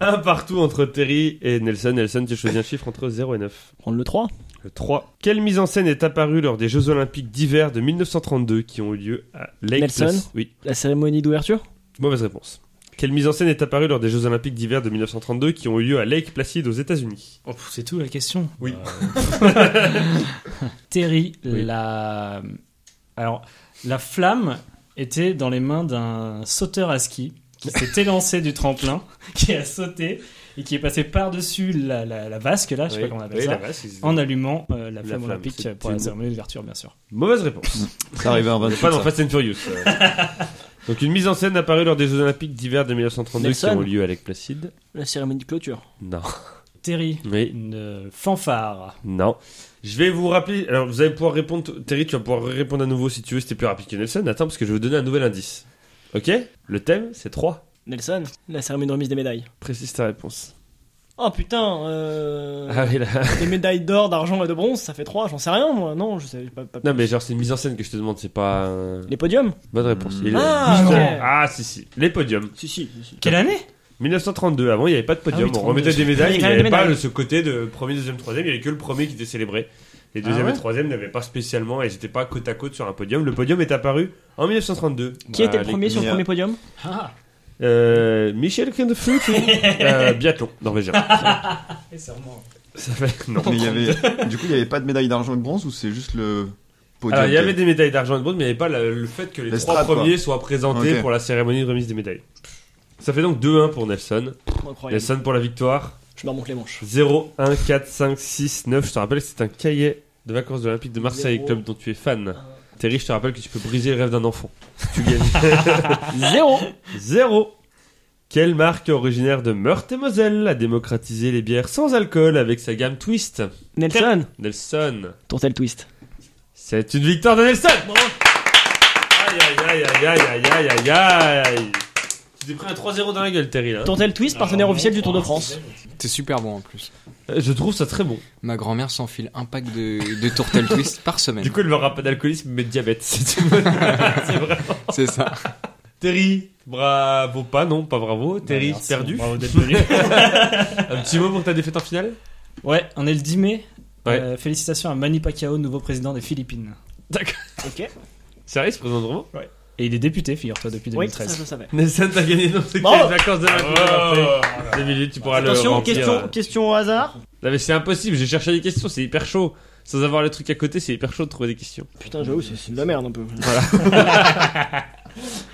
un partout entre Terry et Nelson. Nelson, tu choisis un chiffre entre 0 et 9. Prendre le 3. Le 3. Quelle mise en scène est apparue lors des Jeux Olympiques d'hiver de 1932 qui ont eu lieu à Lake Nelson Placid Oui, La cérémonie d'ouverture mauvaise réponse. Quelle mise en scène est apparue lors des Jeux Olympiques d'hiver de 1932 qui ont eu lieu à Lake Placid aux États-Unis Oh, pff, c'est tout la question. Oui. Euh, Terry, Oui. la. Alors, la flamme était dans les mains d'un sauteur à ski qui s'est élancé du tremplin, qui a sauté et qui est passé par-dessus la, la- la vasque, là, je sais pas comment on appelle Oui, ça, là-bas, c'est- en allumant euh, la, flamme flamme, olympique c'est- pour c'est la bon. cérémonie d'ouverture, bien sûr. Mauvaise réponse. Ça arrivait en On 28. n'est pas dans ça. Fast and Furious. euh. Donc une mise en scène apparue lors des Jeux Olympiques d'hiver de 1932 qui Nelson ont eu lieu à Lake Placid La cérémonie de clôture. Non. Terry, Oui. une euh, fanfare. Non. Je vais vous rappeler. Alors, vous allez pouvoir répondre. Terry, tu vas pouvoir répondre à nouveau si tu veux. C'était plus rapide que Nelson. Attends, parce que je vais vous donner un nouvel indice. Ok Le thème, c'est 3. Nelson La cérémonie de remise des médailles. Précise ta réponse. Oh putain, euh... Ah oui, là. des médailles d'or, d'argent et de bronze, ça fait 3, j'en sais rien moi. Non, je sais pas. pas- Non, mais genre, c'est une mise en scène que je te demande. C'est pas. un- Les podiums Bonne réponse. Il est- Ah, Non. ouais. Ah, si, si. Les podiums. Si, si. si, Quelle année 1932. Avant, il n'y avait pas de podium. Ah oui, On remettait 32. des médailles. Il Il y n'y avait avait des pas médailles. le- ce côté de premier, deuxième, troisième. Il n'y avait que le premier qui était célébré. Les deuxièmes Ah ouais et troisièmes n'avaient pas spécialement. Ils n'étaient pas côte à côte sur un podium. Le podium est apparu en 1932. Qui Bah, était le les- premier sur le Mia. premier podium Ah, Euh, Michel Kneflut euh, Biathlon, norvégien. sûrement. Ça fait... Non. Mais il y avait. Du coup, il n'y avait pas de médaille d'argent et de bronze ou c'est juste le podium Alors, il y qui- avait des médailles d'argent et de bronze, mais il n'y avait pas la- le fait que les, Les trois strates, premiers soient présentés Ok. pour la cérémonie de remise des médailles. Ça fait donc 2-1 pour Nelson. Incroyable. Nelson pour la victoire. Je me remonte les manches. 0, 1, 4, 5, 6, 9. Je te rappelle que c'est un cahier de vacances olympiques de Marseille, Zéro. club dont tu es fan. Terry, je te rappelle que tu peux briser le rêve d'un enfant. Tu gagnes. Zéro 0. Quelle marque originaire de Meurthe-et-Moselle a démocratisé les bières sans alcool avec sa gamme Twist Nelson Nelson. Tourtel twist. C'est une victoire de Nelson Aïe aïe aïe aïe aïe aïe aïe aïe aïe Tu t'es pris un 3-0 dans la gueule Terry là hein. Tourtel twist, partenaire officiel du Tour Ah, de France. T'es super bon en plus. Euh, Je trouve ça très bon. Ma grand-mère s'enfile un pack de, de tourtelles twist par semaine. Du coup il m'aura pas d'alcoolisme mais de diabète. C'est une bonne- C'est vrai. C'est ça. Terry, bravo pas non, pas bravo. Terry, merci, perdu. Bravo d'être venu. Un petit mot pour ta défaite en finale ouais, on est le 10 mai. Ouais. Euh, félicitations à Manny Pacquiao, nouveau président des Philippines. D'accord. Ok. Sérieux, il se présente vraiment Ouais. Et il est député, figure-toi, depuis Oui, ça 2013. je savais. Nelson, t'as gagné dans ces Bravo. quatre vacances de la République. Après, Émilie, tu pourras le Attention, remplir. euh. question, question au hasard. Non, mais c'est impossible, j'ai cherché des questions, c'est hyper chaud. Sans avoir le truc à côté, c'est hyper chaud de trouver des questions. Putain, j'avoue, c'est c'est de la merde un peu.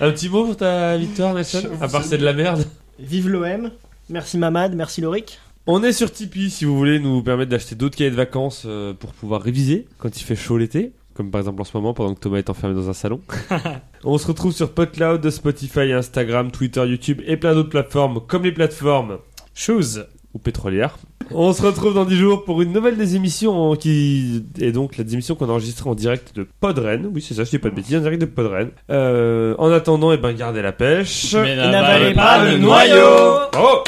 Un petit mot pour ta victoire, Nelson À part c'est de la merde. Vive l'OM. Merci Mamad, merci Loric. On est sur Tipeee si vous voulez nous permettre d'acheter d'autres cahiers de vacances euh, pour pouvoir réviser quand il fait chaud l'été, comme par exemple en ce moment pendant que Thomas est enfermé dans un salon. On se retrouve sur PodCloud, Spotify, Instagram, Twitter, YouTube et plein d'autres plateformes comme les plateformes Shoes. ou pétrolières. On se retrouve dans 10 jours pour une nouvelle des émissions euh, qui est donc la émission qu'on a enregistrée en direct de Podren. Oui, c'est ça, je dis pas de bêtises, en direct de Podren. Euh, en attendant, et eh ben gardez la pêche. Mais n'avalez n'avalez pas le noyau. Oh. Bravo